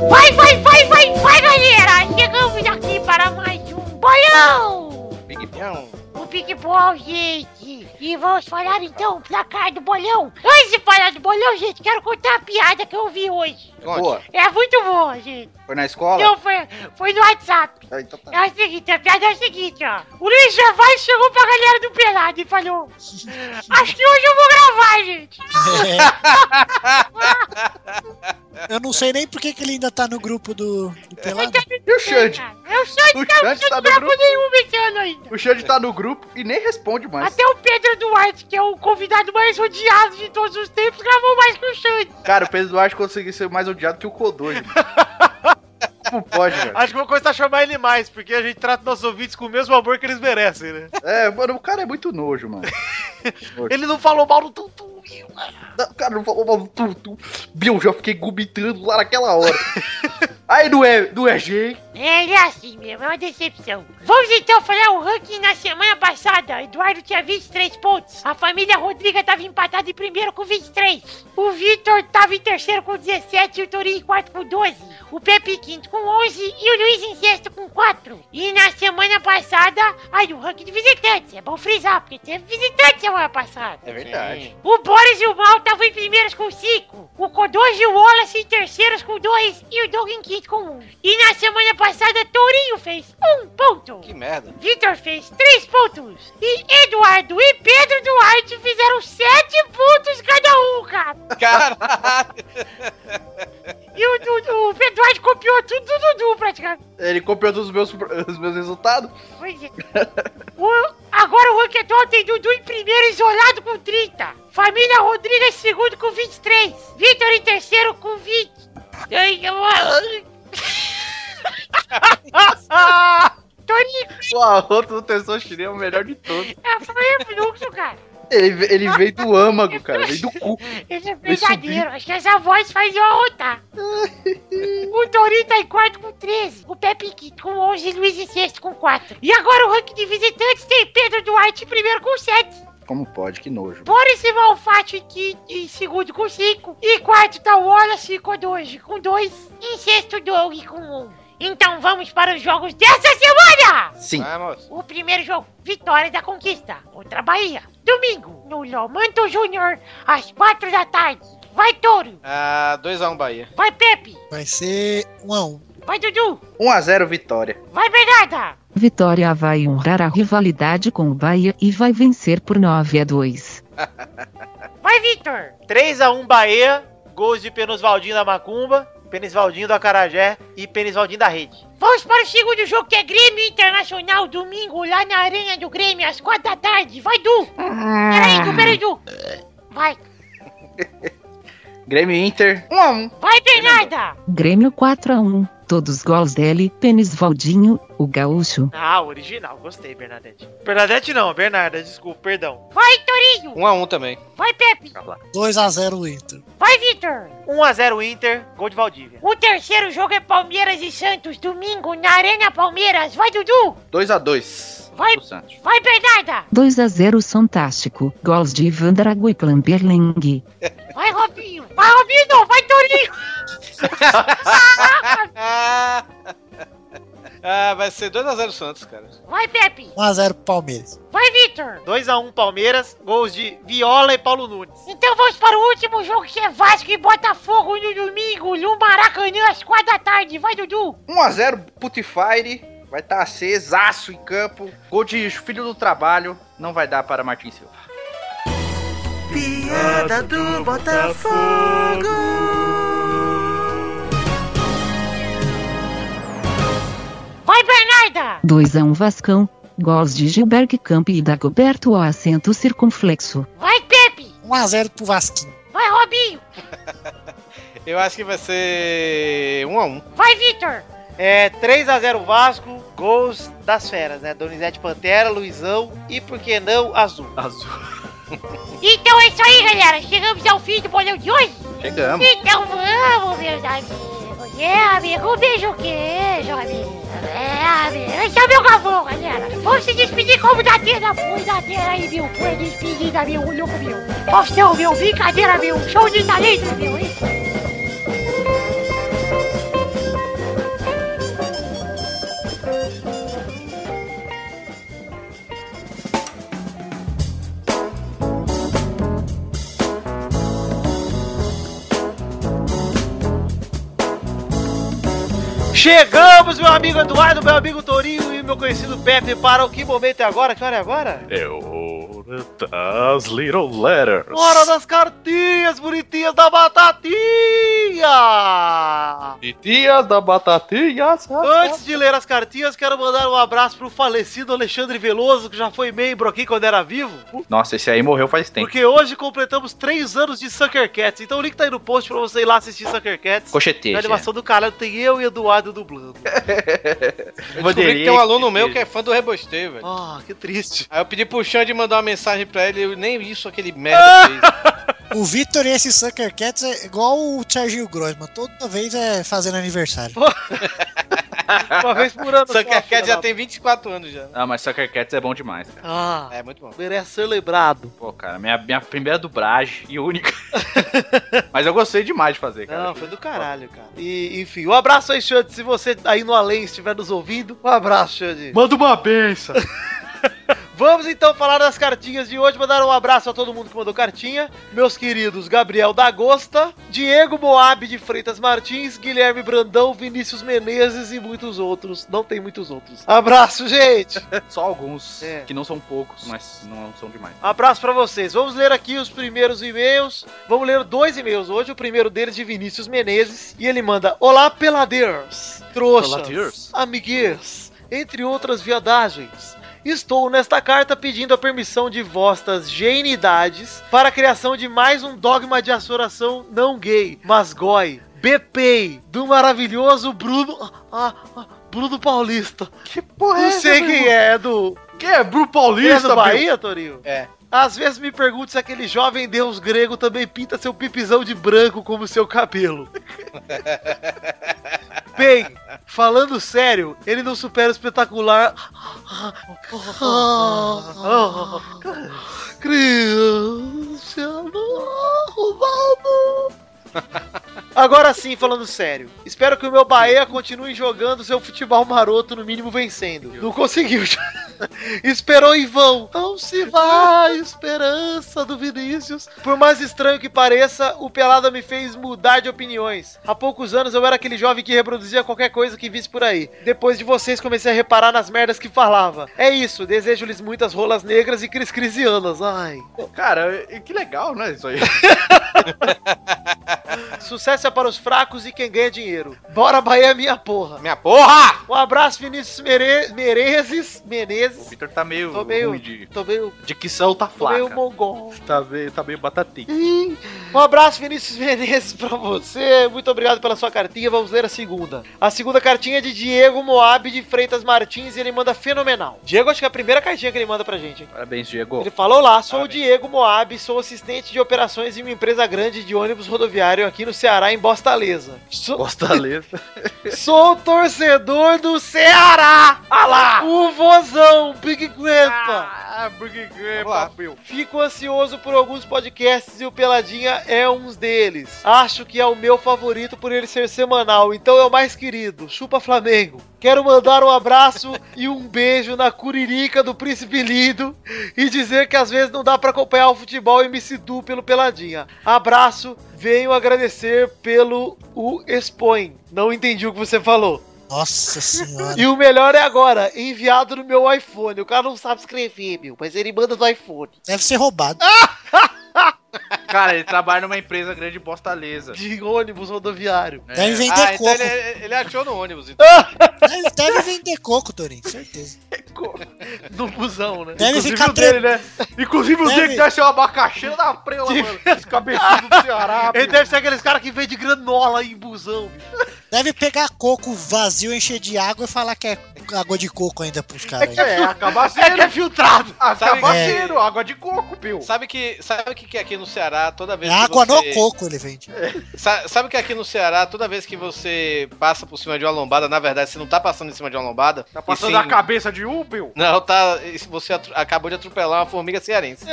Speaker 8: Vai, vai, vai, vai, vai, galera! Chegamos aqui para mais um bolão!
Speaker 2: Big Pião.
Speaker 3: É
Speaker 8: O Big Ball, gente! E vamos falar então o placar do bolão! Antes de falar do bolão, gente, quero contar uma piada que eu vi hoje!
Speaker 3: Boa.
Speaker 8: É muito boa, gente!
Speaker 3: Foi na escola?
Speaker 8: Não, foi, foi no WhatsApp!
Speaker 3: Ah, então tá.
Speaker 8: É o seguinte, a piada é o seguinte, ó. O Luiz Gervais chegou pra galera do Pelado e falou: Acho que hoje eu vou gravar, gente.
Speaker 4: É. Eu não sei nem por que, que ele ainda tá no grupo do, do Pelado.
Speaker 3: E o Xande?
Speaker 8: Eu sei
Speaker 3: O
Speaker 8: que eu não
Speaker 3: Xande tá
Speaker 8: tinha
Speaker 3: no
Speaker 8: gravado
Speaker 3: grupo?
Speaker 8: nenhum esse ano ainda.
Speaker 3: O Xande tá no grupo e nem responde mais.
Speaker 8: Até o Pedro Duarte, que é o convidado mais odiado de todos os tempos, gravou mais que o Xande.
Speaker 3: Cara, o Pedro Duarte conseguiu ser mais odiado que o Codorno. Não pode, cara.
Speaker 1: Acho que eu vou começar a chamar ele mais, porque a gente trata nossos ouvintes com o mesmo amor que eles merecem, né?
Speaker 3: É, mano, o cara é muito nojo, mano.
Speaker 1: Ele não falou mal no Tuntum.
Speaker 3: Não, Cara, não falou mal tu, tu. Bill, já fiquei gubitando lá naquela hora. Aí não é, não é jeito.
Speaker 8: É, ele é assim mesmo, é uma decepção. Vamos então falar o ranking na semana passada. Eduardo tinha 23 pontos. A família Rodriga tava empatada em primeiro com 23. O Vitor tava em terceiro com 17 e o Torinho em quarto com 12. O Pepe em quinto com 11 e o Luiz em sexto com 4. E na semana passada, aí o ranking de visitantes. É bom frisar, porque teve visitante semana passada.
Speaker 3: É verdade.
Speaker 8: O Boris e o Mal estavam em primeiros com 5. O Kodoji e o Wallace em terceiros com 2. E o Doug em quinto com 1. Um. E na semana passada, Tourinho fez 1 um ponto.
Speaker 2: Que merda.
Speaker 8: Vitor fez 3 pontos. E Eduardo e Pedro Duarte fizeram 7 pontos cada um, cara.
Speaker 2: Caralho.
Speaker 8: E o, Dudu- o Pedro Duarte copiou tudo do Dudu, praticamente.
Speaker 3: Ele copiou todos os meus, os meus resultados.
Speaker 8: Pois é. O- agora o Porquetual tem Dudu em primeiro isolado com 30. Família Rodrigues segundo com 23. Vitor em terceiro com 20. Ai, eu- ah, ai. Ah! Toninho,
Speaker 3: O arroto do Tensão Shirei é o melhor de todos.
Speaker 8: é, foi refluxo, cara.
Speaker 3: Ele, ele veio do âmago, cara. Veio do cu.
Speaker 8: Ele é verdadeiro. Acho que essa voz faz eu arrotar. o Torinho tá em quarto com 13. O Pepe Quinto com 11. Luiz em sexto com 4. E agora o ranking de visitantes tem Pedro Duarte em primeiro com 7.
Speaker 3: Como pode? Que nojo.
Speaker 8: Boris e Malfatti em, quinto, em segundo com 5. E quarto tá o Wallace com 2. Com 2. Em sexto, Doug com 1. Um. Então vamos para os jogos dessa semana!
Speaker 3: Sim.
Speaker 2: Vamos.
Speaker 8: O primeiro jogo, vitória da conquista contra a Bahia. Domingo, no Lomanto Júnior, às quatro da tarde. Vai Touro,
Speaker 2: Ah, 2x1 Bahia.
Speaker 8: vai Pepe,
Speaker 4: Vai ser um a um.
Speaker 8: vai Dudu,
Speaker 3: 1x0 vitória.
Speaker 8: vai Bernarda,
Speaker 9: Vitória vai honrar a rivalidade com o Bahia e vai vencer por 9 a 2.
Speaker 8: vai Vitor,
Speaker 5: 3x1 Bahia, gols de Penisvaldinho da Macumba, Penisvaldinho do Acarajé e Penisvaldinho da Rede.
Speaker 8: Vamos para o segundo jogo que é Grêmio Internacional, domingo, lá na Arena do Grêmio, às quatro da tarde. Vai Du! Peraí, Du, peraí, Du! Vai,
Speaker 3: Grêmio e Inter. 1x1.
Speaker 8: vai Bernarda!
Speaker 9: Grêmio 4 a 1. Todos gols dele, Pênis Valdinho, o gaúcho.
Speaker 5: Ah, original, gostei, Bernadette. Bernadette não, Bernarda, desculpa, perdão.
Speaker 8: Vai Torinho,
Speaker 2: 1x1 também.
Speaker 8: vai Pepe,
Speaker 4: 2 a 0 o Inter.
Speaker 8: vai Vitor!
Speaker 5: 1x0 Inter, gol de Valdívia.
Speaker 8: O terceiro jogo é Palmeiras e Santos, domingo, na Arena Palmeiras. Vai Dudu,
Speaker 3: 2x2.
Speaker 8: Vai.
Speaker 3: Do Santos.
Speaker 8: vai Bernarda!
Speaker 9: 2 a 0 Santástico. Gols de Ivan Drago e Klamberling.
Speaker 8: Vai, Robinho! Vai, Robinho! não! Vai, Torinho!
Speaker 2: Ah, ah vai ser 2x0 Santos, cara.
Speaker 8: Vai, Pepe!
Speaker 4: 1 a 0 pro Palmeiras.
Speaker 8: Vai, Vitor!
Speaker 5: 2x1 Palmeiras, gols de Viola e Paulo Nunes.
Speaker 8: Então vamos para o último jogo que é Vasco e Botafogo no domingo, no Maracanã, às quatro da tarde. Vai, Dudu!
Speaker 3: 1x0 Putifire. Vai estar tá acesaço em campo. Gol de filho do trabalho. Não vai dar para Martins Silva.
Speaker 1: Piada do Botafogo.
Speaker 8: Vai, Bernarda!
Speaker 9: 2 a 1 Vascão. Gols de Gilberg Camp e Dagoberto ao acento circunflexo.
Speaker 8: Vai, Pepe!
Speaker 4: 1 a 0 pro Vasquinho.
Speaker 8: Vai, Robinho!
Speaker 2: Eu acho que vai ser 1x1.
Speaker 8: Vai, Vitor!
Speaker 5: É 3x0 Vasco, gols das feras, né? Donizete Pantera, Luizão e, por que não, Azul.
Speaker 3: Azul.
Speaker 8: Então é isso aí, galera! Chegamos ao fim do bolão de hoje!
Speaker 3: Chegamos.
Speaker 8: Então vamos, meus amigos! É, amigo, um beijo queijo, amigo! É, amigo, esse é o meu gavão, galera! Vamos se despedir como da Atena! Fui da Atena aí, meu! Foi despedida, meu! Louco, meu! Faustão, meu! Brincadeira, meu! Show de talento, meu! hein?
Speaker 5: Chegamos, meu amigo Eduardo, meu amigo Torinho e meu conhecido Pepe para o que momento é agora? Que hora é agora?
Speaker 10: É hora das Little Letters.
Speaker 5: Hora das cartinhas bonitinhas da batatinha!
Speaker 3: Tias da batatinha.
Speaker 5: Antes de ler as cartinhas, quero mandar um abraço pro falecido Alexandre Veloso, que já foi membro aqui quando era vivo.
Speaker 3: Nossa, esse aí morreu faz tempo.
Speaker 5: Porque hoje completamos três anos de Sucker Cats. Então o link tá aí no post pra você ir lá assistir Sucker Cats.
Speaker 3: Cocheteja.
Speaker 5: Na animação do caralho tem eu e Eduardo dublando.
Speaker 2: Eu descobri que tem um aluno meu que é fã do Rebosteio, velho.
Speaker 5: Ah, que triste.
Speaker 2: Aí eu pedi pro Xande mandar uma mensagem pra ele, eu, nem isso aquele merda fez.
Speaker 4: O Vitor e esse Sucker Cats é igual o Serginho Grossman. Toda vez é fazendo aniversário.
Speaker 5: Uma vez por ano. só,
Speaker 2: Sucker
Speaker 5: filha
Speaker 2: Cat já
Speaker 5: da-
Speaker 2: tem 24 anos já. né?
Speaker 3: Ah, mas Sucker Cats é bom demais, cara.
Speaker 5: Ah,
Speaker 2: É, muito bom.
Speaker 5: merece ser lembrado.
Speaker 3: Pô, cara, minha, minha primeira dublagem e única. mas eu gostei demais de fazer, cara.
Speaker 5: Não, foi do caralho, cara. E, enfim, um abraço aí, Xande. Se você aí no além estiver nos ouvindo, um abraço, Xande.
Speaker 3: Manda uma benção.
Speaker 5: Vamos então falar das cartinhas de hoje. Mandar um abraço a todo mundo que mandou cartinha. Meus queridos Gabriel Dagosta, Diego Moab de Freitas Martins, Guilherme Brandão, Vinícius Menezes e muitos outros. Não tem muitos outros. Abraço, gente!
Speaker 3: Só alguns,
Speaker 5: É.
Speaker 3: que não são poucos, mas não são demais.
Speaker 5: Abraço pra vocês. Vamos ler aqui os primeiros e-mails. Vamos ler dois e-mails hoje. O primeiro deles de Vinícius Menezes. E ele manda: Olá, peladeiros, trouxas,
Speaker 3: Peladeiros?
Speaker 5: amiguês, entre outras viadagens. Estou nesta carta pedindo a permissão de vossas geniidades para a criação de mais um dogma de assuração não gay, mas goi. BPI, do maravilhoso Bruno. Ah, ah, Bruno Paulista.
Speaker 3: Que porra
Speaker 5: Não sei quem é, é do.
Speaker 3: Quem é? Bruno
Speaker 5: É do
Speaker 3: Paulista, Bahia?
Speaker 5: Bahia, Torinho?
Speaker 3: É.
Speaker 5: Às vezes me pergunto se aquele jovem deus grego também pinta seu pipizão de branco como seu cabelo. Bem, falando sério, ele não supera o espetacular. Criança, não, vamos! Agora sim, falando sério. Espero que o meu Bahia continue jogando seu futebol maroto, no mínimo vencendo. Não conseguiu. Esperou em vão. Não se vai, esperança do Vinícius. Por mais estranho que pareça, o Pelada me fez mudar de opiniões. Há poucos anos eu era aquele jovem que reproduzia qualquer coisa que visse por aí. Depois de vocês comecei a reparar nas merdas que falava. É isso, desejo-lhes muitas rolas negras e criscrisianas. Ai.
Speaker 3: Cara, e que legal, né? Isso aí.
Speaker 5: Sucesso é para os fracos e quem ganha dinheiro. Bora Bahia, minha porra.
Speaker 2: Minha porra!
Speaker 5: Um abraço, Vinícius Mere... Merezes.
Speaker 3: O
Speaker 5: Menezes. um,
Speaker 3: Victor tá meio,
Speaker 5: Tô meio-
Speaker 3: ruim de
Speaker 5: Tô meio,
Speaker 3: dicção, tá
Speaker 5: tô meio
Speaker 3: flaca.
Speaker 5: mongol.
Speaker 3: Tá meio, tá meio batatinho.
Speaker 5: Ih, Um abraço, Vinícius Menezes, pra você. Muito obrigado pela sua cartinha. Vamos ler a segunda. A segunda cartinha é de Diego Moab de Freitas Martins e ele manda fenomenal. Diego, acho que é a primeira cartinha que ele manda pra gente. hein?
Speaker 3: Parabéns, Diego.
Speaker 5: Ele falou lá, sou o Diego Moab, sou assistente de operações em uma empresa grande de ônibus rodoviário aqui no Ceará, em Bostaleza. Sou-
Speaker 3: Fortaleza.
Speaker 5: Sou torcedor do Ceará! Alá! O vozão, Big Grandpa!
Speaker 3: Ah, porque que
Speaker 2: Vamos lá.
Speaker 5: Fico ansioso por alguns podcasts e o Peladinha é um deles. Acho que é o meu favorito por ele ser semanal, então é o mais querido. Chupa Flamengo. Quero mandar um abraço e um beijo na curirica do Príncipe Lindo e dizer que às vezes não dá pra acompanhar o futebol e me situ pelo Peladinha. Abraço, venho agradecer pelo o expõe. Não entendi o que você falou.
Speaker 4: Nossa senhora.
Speaker 5: E o melhor é agora, enviado no meu iPhone. O cara não sabe escrever, meu, mas ele manda do iPhone.
Speaker 4: Deve ser roubado.
Speaker 3: Ah, Cara, ele trabalha numa empresa grande de Bostaleza.
Speaker 5: De ônibus rodoviário.
Speaker 4: Deve vender
Speaker 2: Ah, então
Speaker 4: coco.
Speaker 3: é-
Speaker 2: ele, ele achou no ônibus. então.
Speaker 4: Deve, deve vender coco, Torinho, certeza.
Speaker 5: No busão, né?
Speaker 4: Deve
Speaker 3: Inclusive
Speaker 4: ficar
Speaker 3: o dele, né? Inclusive o
Speaker 4: Deve-
Speaker 3: dele tá- que desceu uma abacaxi na prela,
Speaker 5: De-
Speaker 3: mano. Esse cabeçudo do Ceará.
Speaker 5: Ele deve ser aqueles caras que vende granola em busão. bicho.
Speaker 4: Deve pegar coco vazio, encher de água e falar que é água de coco ainda pros caras. aí.
Speaker 3: É, acabar
Speaker 5: É que
Speaker 3: sendo.
Speaker 5: é filtrado.
Speaker 3: Ah,
Speaker 2: Sabe-
Speaker 3: acabar
Speaker 4: É.
Speaker 3: sendo. Água de coco, Pio.
Speaker 2: Sabe que sabe que, que aqui no Ceará, toda
Speaker 4: É
Speaker 2: vez que
Speaker 4: água
Speaker 2: você...
Speaker 4: no coco ele vende.
Speaker 3: É.
Speaker 2: Sa- Sabe que aqui no Ceará, toda vez que você passa por cima de uma lombada, na verdade você não tá passando em cima de uma lombada.
Speaker 3: Tá passando
Speaker 2: e sim-
Speaker 3: a cabeça de um, Pio.
Speaker 2: Não, tá. Você atro- acabou de atropelar uma formiga cearense.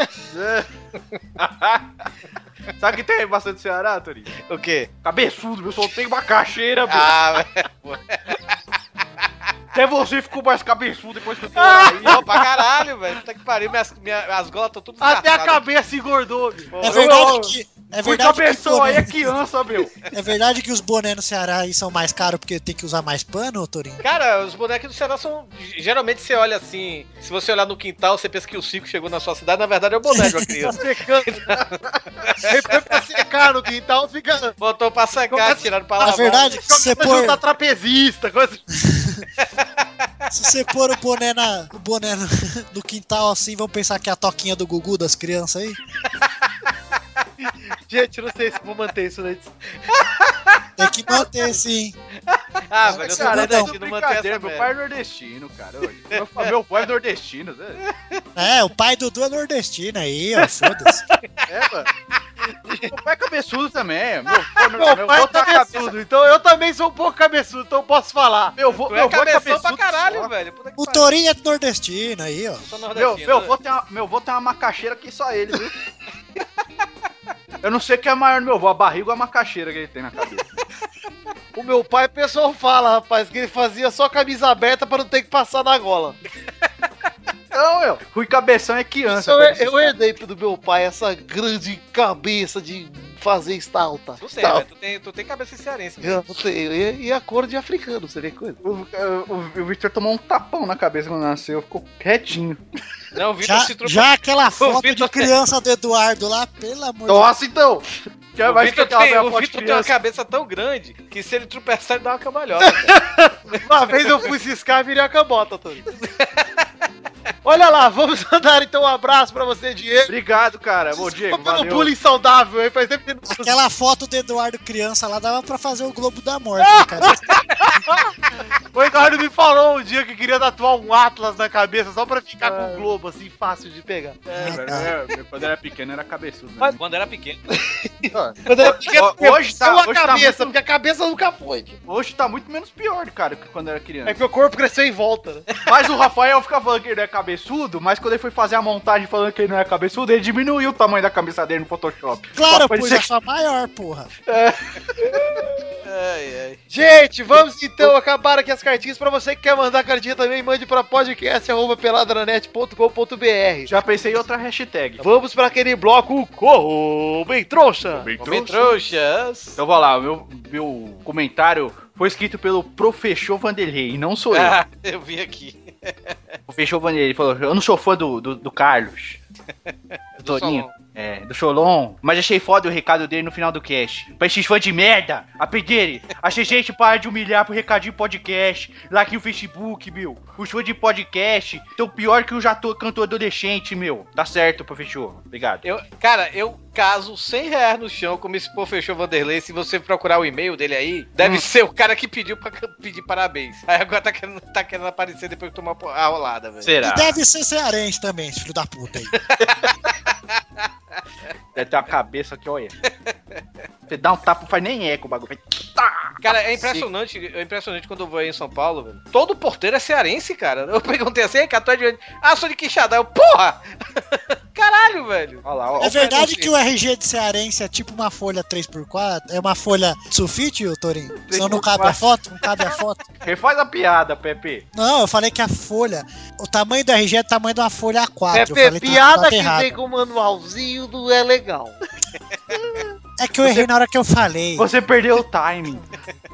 Speaker 3: Sabe que tem bastante Ceará, Tori?
Speaker 2: o quê?
Speaker 3: Cabeçudo, meu. Só tem macaxeira, Pio.
Speaker 2: Ah,
Speaker 3: Até você ficou mais cabeçudo depois que eu tenho
Speaker 2: não, pra caralho, velho. Puta que pariu, minhas, minhas, as golas estão tudo
Speaker 5: Até a
Speaker 2: descascadas.
Speaker 5: cabeça engordou. bicho.
Speaker 4: É
Speaker 3: eu-
Speaker 4: verdade que. É
Speaker 3: Fui
Speaker 4: verdade que, os
Speaker 3: cabeção aí, é
Speaker 4: bonés-
Speaker 3: criança, meu.
Speaker 4: é verdade que os bonés no Ceará aí são mais caros porque tem que usar mais pano, Torinho?
Speaker 2: Cara, os bonecos do Ceará são. Geralmente você olha assim. Se você olhar no quintal, você pensa que o Cico chegou na sua cidade. Na verdade é o boneco, a
Speaker 5: Tá
Speaker 2: criança.
Speaker 5: secando. Ele foi pra secar no quintal, fica.
Speaker 2: Botou pra secar, tiraram pra
Speaker 4: Na
Speaker 2: lavar.
Speaker 4: verdade, se você
Speaker 5: Você pôr...
Speaker 4: pôr,
Speaker 5: juntar trapezista, coisa assim.
Speaker 4: se você pôr o boné, na, o boné no, no quintal assim, vão pensar que é a toquinha do Gugu das crianças aí.
Speaker 5: Gente, não sei se vou manter isso na edição.
Speaker 4: Tem que manter sim.
Speaker 2: Ah, velho, eu
Speaker 4: Esse
Speaker 2: sou
Speaker 4: cara é
Speaker 2: nordestino, mantém essa
Speaker 3: tá Brincadeira, meu
Speaker 2: merda.
Speaker 3: pai é nordestino, cara. Meu, meu pai é nordestino, né?
Speaker 4: É, o pai do Dudu é nordestino aí, ó, foda-se.
Speaker 3: É, mano. Meu pai é cabeçudo também. Meu, pô, meu,
Speaker 5: Meu
Speaker 3: meu
Speaker 5: pai é
Speaker 3: avô tá cabeçudo.
Speaker 5: cabeçudo, então eu também sou um pouco cabeçudo, então eu posso falar.
Speaker 3: Meu avô
Speaker 2: Tu
Speaker 3: meu
Speaker 2: é
Speaker 3: avô é
Speaker 2: cabeção
Speaker 3: cabeçudo.
Speaker 2: pra caralho,
Speaker 3: só.
Speaker 2: velho. Puta que
Speaker 4: O
Speaker 2: pariu.
Speaker 4: Torinho é nordestino aí, ó.
Speaker 2: Eu sou
Speaker 3: Meu,
Speaker 2: nordestino. né?
Speaker 3: meu, avô tem uma, meu avô tem uma macaxeira que só ele, viu? Eu não sei o que é maior do meu avô, a barriga ou a macaxeira que ele tem na cabeça.
Speaker 5: O meu pai, o pessoal fala, rapaz, que ele fazia só camisa aberta pra não ter que passar na gola.
Speaker 3: Então, meu, Rui Cabeção é criança.
Speaker 5: Então, Eu,
Speaker 3: velho.
Speaker 5: eu herdei do meu pai essa grande cabeça de fazer estalta.
Speaker 2: Tu tem,
Speaker 5: Tá.
Speaker 2: velho. né? Tu tem, tu tem cabeça de cearense.
Speaker 5: Eu não sei, e, e a cor de africano, você vê coisa.
Speaker 3: O, o, o Victor tomou um tapão na cabeça quando nasceu, ficou retinho.
Speaker 2: Não, o Vitor
Speaker 4: Já,
Speaker 2: se tru...
Speaker 4: já aquela foto
Speaker 2: Vitor
Speaker 4: de
Speaker 2: tem-
Speaker 4: criança do Eduardo lá, pelo amor de Deus.
Speaker 3: Nossa, então! Já
Speaker 2: O
Speaker 3: vai
Speaker 2: Vitor
Speaker 3: esquentar
Speaker 2: tem,
Speaker 3: a assim.
Speaker 2: o
Speaker 3: foto de
Speaker 2: Vitor tem uma
Speaker 3: criança.
Speaker 2: cabeça tão grande que se ele tropeçar, ele dá uma cambalhota.
Speaker 5: Uma vez eu fui ciscar e virei a cambota, Tony. Olha lá, vamos andar então. Um abraço pra você, Diego.
Speaker 3: Obrigado, cara. Bom, Diego,
Speaker 5: Desculpa pelo
Speaker 3: valeu.
Speaker 5: bullying saudável aí, faz tempo que não-
Speaker 4: Aquela foto do Eduardo criança lá dava pra fazer o Globo da Morte, né, cara.
Speaker 5: O Eduardo me falou um dia que queria tatuar um Atlas na cabeça só pra ficar com o globo, assim, fácil de pegar.
Speaker 3: É,
Speaker 4: Ah,
Speaker 3: velho,
Speaker 4: tá.
Speaker 3: eu- eu- Quando eu era pequeno, era cabeçudo. né?
Speaker 2: Quando era pequeno.
Speaker 5: Quando eu era pequeno,
Speaker 3: Ó, hoje tá-
Speaker 5: eu Então, a
Speaker 3: hoje tá
Speaker 5: cabeça,
Speaker 3: muito-
Speaker 5: porque a cabeça nunca foi. tipo. tio.
Speaker 3: Hoje tá muito menos pior, cara, que quando eu era criança.
Speaker 5: É que meu corpo cresceu em volta, né?
Speaker 3: Mas o Rafael ficava falando que ele não é cabeçudo, mas quando ele foi fazer a montagem falando que ele não é cabeçudo, ele diminuiu o tamanho da cabeça dele no Photoshop.
Speaker 4: Claro,
Speaker 3: Só
Speaker 4: pô,
Speaker 3: parecia
Speaker 4: já sou a maior, porra.
Speaker 5: Gente, vamos então acabar aqui as cartinhas. Pra você que quer mandar cartinha também, mande pra podcast.peladranet.com.br.
Speaker 3: Já pensei em outra hashtag.
Speaker 5: Vamos pra aquele bloco Corro, bem trouxa.
Speaker 2: Homem trouxas.
Speaker 3: Então vou lá, o meu, meu comentário foi escrito pelo Professor Vanderlei, não sou eu.
Speaker 2: Ah, eu vi aqui.
Speaker 3: O Professor Vanderlei falou, eu não sou fã do, do, do Carlos. Do
Speaker 2: Do
Speaker 3: Torinho. É, do Cholon. Mas achei foda o recado dele no final do cast. Pra esses fãs de merda, a pedirem. Achei gente para de humilhar pro recadinho podcast. Lá aqui no Facebook, meu. Os fãs de podcast estão pior que o já tô, cantor adolescente, meu. Tá certo, professor. Obrigado.
Speaker 2: Eu, cara, eu caso 100 reais no chão como esse pô fechou Vanderlei. Se você procurar o e-mail dele aí, deve ser o cara que pediu pra pedir parabéns. Aí agora tá querendo, tá querendo aparecer depois de tomar po- a rolada, velho.
Speaker 4: E
Speaker 3: Será?
Speaker 4: deve ser cearense também, esse filho da puta aí.
Speaker 3: Deve ter uma cabeça aqui, olha. Você dá um tapa, não faz nem eco o bagulho. tá!
Speaker 2: Cara, é impressionante, é impressionante quando eu vou aí em São Paulo, velho. Todo porteiro é cearense, cara. Eu perguntei assim, "Ei, cara, tu é de onde? Ah, sou de Quixadá. Eu, porra! Caralho, velho.
Speaker 3: Olha lá, ó.
Speaker 4: É verdade
Speaker 2: preconceito.
Speaker 4: que o RG de cearense é tipo uma folha 3x4? É uma folha de sulfite, ô Torinho? Senão não cabe a foto? Não cabe a foto?
Speaker 3: Refaz a piada, Pepe.
Speaker 4: Não, eu falei que a folha... O tamanho do RG é o tamanho de uma folha A4. eu
Speaker 1: É
Speaker 5: Pepe,
Speaker 4: falei
Speaker 5: piada
Speaker 4: tá
Speaker 5: que
Speaker 4: errado.
Speaker 5: vem com o manualzinho não é legal.
Speaker 4: É que eu errei na hora que eu falei.
Speaker 3: Você perdeu o timing.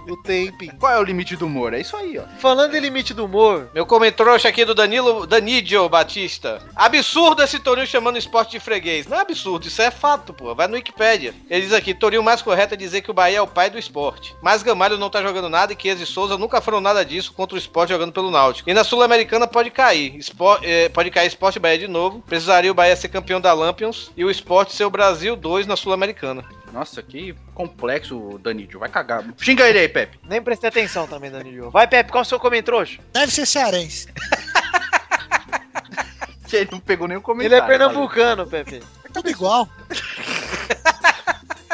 Speaker 5: O taping.
Speaker 3: Qual é o limite do humor? É isso aí, ó.
Speaker 5: Falando em limite do humor,
Speaker 2: Meu comentrouxa aqui é do Danilo Danidio Batista. Absurdo esse Torinho chamando esporte de freguês. Não é absurdo, isso é fato, pô. Vai no Wikipédia. Ele diz aqui: Torinho mais correto é dizer que o Bahia é o pai do esporte. Mas Gamalho não tá jogando nada e Chiesa e Souza nunca foram nada disso contra o esporte jogando pelo Náutico. E na Sul-Americana pode cair. Espo- eh, pode cair esporte e Bahia de novo. Precisaria o Bahia ser campeão da Lampions e o esporte ser o Brasil 2 na Sul-Americana.
Speaker 3: Nossa, que complexo o Danilo. Vai cagar. Xinga ele aí, Pepe.
Speaker 5: nem prestei atenção também, Danilo. Vai, Pepe, qual é o seu comentrouxa?
Speaker 4: Deve ser cearense.
Speaker 3: Ele não pegou nenhum
Speaker 5: Ele
Speaker 3: comentário.
Speaker 5: é pernambucano, Pepe.
Speaker 4: É tudo igual.
Speaker 3: Tá?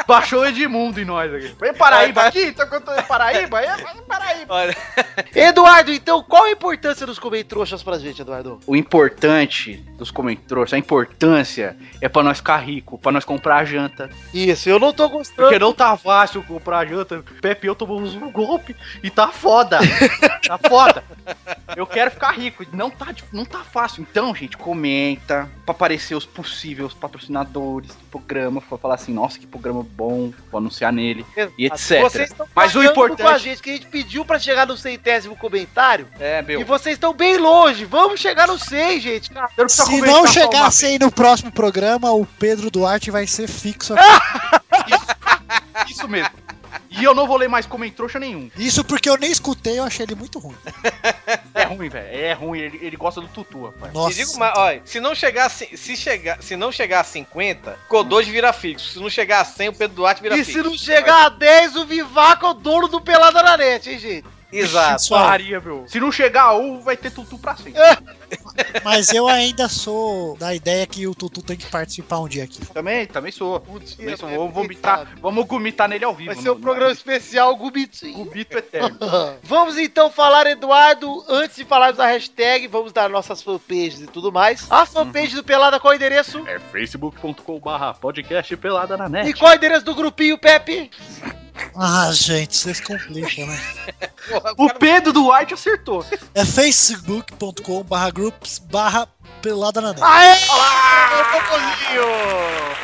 Speaker 3: Baixou o Edmundo em nós aqui. Vem
Speaker 5: É,
Speaker 3: Paraíba aqui, tá contando Paraíba? É, vai em Paraíba.
Speaker 2: Olha,
Speaker 5: Eduardo, então, qual a importância dos comentrouxas pra gente, Eduardo?
Speaker 3: O importante dos comentários, a importância é pra nós ficar rico, pra nós comprar a janta.
Speaker 5: Isso, eu não tô gostando.
Speaker 3: Porque não tá fácil comprar a janta. Pepe e eu tomamos um golpe e tá foda. tá foda. Eu quero ficar rico. Não tá, dif- não tá fácil. Então, gente, comenta pra aparecer os possíveis patrocinadores do programa. Pra falar assim, nossa, que programa bom. Vou anunciar nele. E etc.
Speaker 5: estão
Speaker 3: Mas o
Speaker 5: pagando
Speaker 3: importante-
Speaker 5: com a gente, que a gente pediu pra chegar no centésimo comentário.
Speaker 3: É,
Speaker 5: E
Speaker 3: meu.
Speaker 5: vocês estão bem longe. Vamos chegar no 100, gente. Cara,
Speaker 4: Se não chegasse aí no próximo programa, o Pedro Duarte vai ser fixo aqui.
Speaker 3: Isso mesmo. E eu não vou ler mais comentrouxa nenhum.
Speaker 4: Isso porque eu nem escutei, eu achei ele muito ruim.
Speaker 3: É ruim, velho. É ruim. Ele, ele gosta do tutu, rapaz.
Speaker 4: Nossa.
Speaker 2: E digo mais, olha, se não chegar a, ci- se chegar, se não chegar a 50, Codoj vira fixo. Se não chegar a 100, o Pedro Duarte vira
Speaker 5: e
Speaker 3: assim,
Speaker 2: fixo.
Speaker 5: se não chegar a 10, o Vivaco é o dono do Pelada na Net, hein, gente?
Speaker 2: Exato.
Speaker 4: Pessoal,
Speaker 3: meu. Se não chegar a ovo, vai ter tutu pra sempre.
Speaker 4: mas eu ainda sou da ideia que o Tutu tem que participar um dia aqui.
Speaker 3: Também, também sou. Também sou.
Speaker 5: é
Speaker 3: Vamos vomitar, vamos vomitar nele ao vivo.
Speaker 5: Vai ser um
Speaker 3: no-
Speaker 5: programa especial
Speaker 3: no-
Speaker 5: Gubitinho.
Speaker 3: Gubito eterno.
Speaker 5: Vamos então falar, Eduardo, antes de falarmos a hashtag, vamos dar nossas fanpages e tudo mais. A fanpage
Speaker 3: Uhum.
Speaker 5: do Pelada, qual é o endereço?
Speaker 11: É facebook.com/barra podcast pelada na net.
Speaker 5: E qual é o endereço do grupinho, Pepe?
Speaker 4: Ah, gente, vocês complicam, né?
Speaker 3: O Pedro Duarte acertou.
Speaker 4: É facebook.com barra groups barra pelada na net.
Speaker 5: Aê!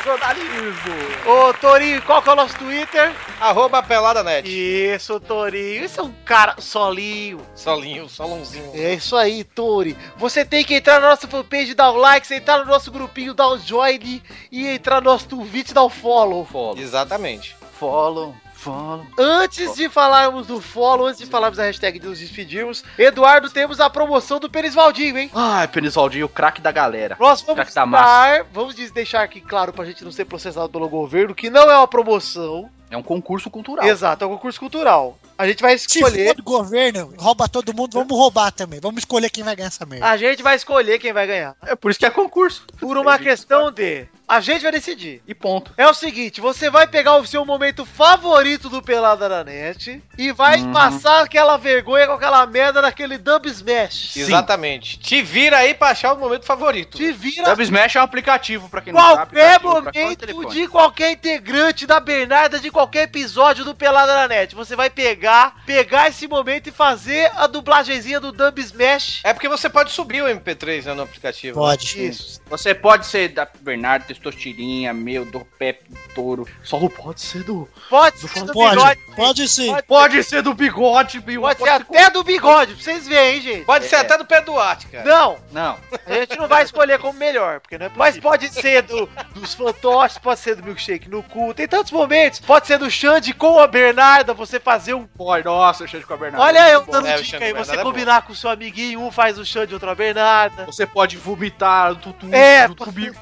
Speaker 3: Jornalismo.
Speaker 5: Ô, Torinho, qual que é o nosso Twitter?
Speaker 2: Arroba pelada net.
Speaker 5: Isso, Torinho. Isso é um cara solinho.
Speaker 2: Solinho, solãozinho.
Speaker 5: É isso aí, Tori. Você tem que entrar na nossa fanpage, dar o like, você entrar no nosso grupinho, dar o join e entrar no nosso Twitch, dar o follow.
Speaker 3: Follow.
Speaker 2: Exatamente.
Speaker 3: Follow. Follow.
Speaker 1: Antes de falarmos do follow, antes de falarmos da hashtag de nos despedirmos, Eduardo, temos a promoção do Perisvaldinho, hein?
Speaker 3: Ai, Penisaldinho, o craque da galera.
Speaker 1: Nós vamos
Speaker 3: Craque da massa.
Speaker 1: dar, vamos des- deixar aqui claro pra gente não ser processado pelo governo, que não é uma promoção.
Speaker 3: É um concurso cultural.
Speaker 1: Exato, é um concurso cultural. A gente vai
Speaker 4: Se for
Speaker 1: escolher,
Speaker 4: do governo, rouba todo mundo, vamos roubar também. Vamos escolher quem vai ganhar essa
Speaker 5: Ah,
Speaker 4: merda.
Speaker 1: a gente vai escolher quem vai ganhar.
Speaker 3: É por isso que é concurso.
Speaker 1: Por uma questão de, a gente vai decidir.
Speaker 3: E ponto.
Speaker 1: É o seguinte, você vai pegar o seu momento favorito do Pelada na Net e vai
Speaker 3: Uhum.
Speaker 1: passar aquela vergonha com aquela merda daquele Dub Smash.
Speaker 2: Exatamente. Te vira aí pra achar o momento favorito.
Speaker 1: Te vira
Speaker 3: Dub Smash é um aplicativo, pra quem não
Speaker 1: qualquer
Speaker 3: sabe. tá aplicativo pra qualquer
Speaker 1: momento
Speaker 3: telefone.
Speaker 1: de qualquer integrante da Bernarda, de qualquer episódio do Pelada na Net. Você vai pegar, pegar esse momento e fazer a dublagenzinha do Dub Smash.
Speaker 2: É porque você pode subir o MP3 né, no aplicativo.
Speaker 4: Pode.
Speaker 1: Isso.
Speaker 3: Você pode ser da Bernardo, Testostirinha, meu, do Pepe, do Touro. Só não pode ser do...
Speaker 1: Pode ser do bigode.
Speaker 4: Pode, pode sim.
Speaker 1: Pode,
Speaker 3: Pode ser do Bigode, Bill.
Speaker 1: pode ser até do bigode, pra vocês verem, hein, gente.
Speaker 2: Pode ser
Speaker 3: É.
Speaker 2: até do Pé Duarte, cara.
Speaker 1: Não,
Speaker 3: Não.
Speaker 1: a gente não vai escolher como melhor, porque não é Mas pode ser do, dos fantoches, pode ser do milkshake no cu, tem tantos momentos. Pode ser do Xande com a Bernarda, você fazer um
Speaker 3: Pode. Nossa, eu cheio com a Bernardo.
Speaker 1: Olha eu
Speaker 3: Muito bom.
Speaker 1: dando
Speaker 2: É, o
Speaker 1: dica
Speaker 2: Xande
Speaker 1: aí,
Speaker 2: Bernardo
Speaker 1: você
Speaker 2: é bom.
Speaker 1: combinar com o seu amiguinho, um faz o Xande, outro a Bernarda.
Speaker 3: Você pode vomitar do tutu
Speaker 1: É,
Speaker 3: junto comigo.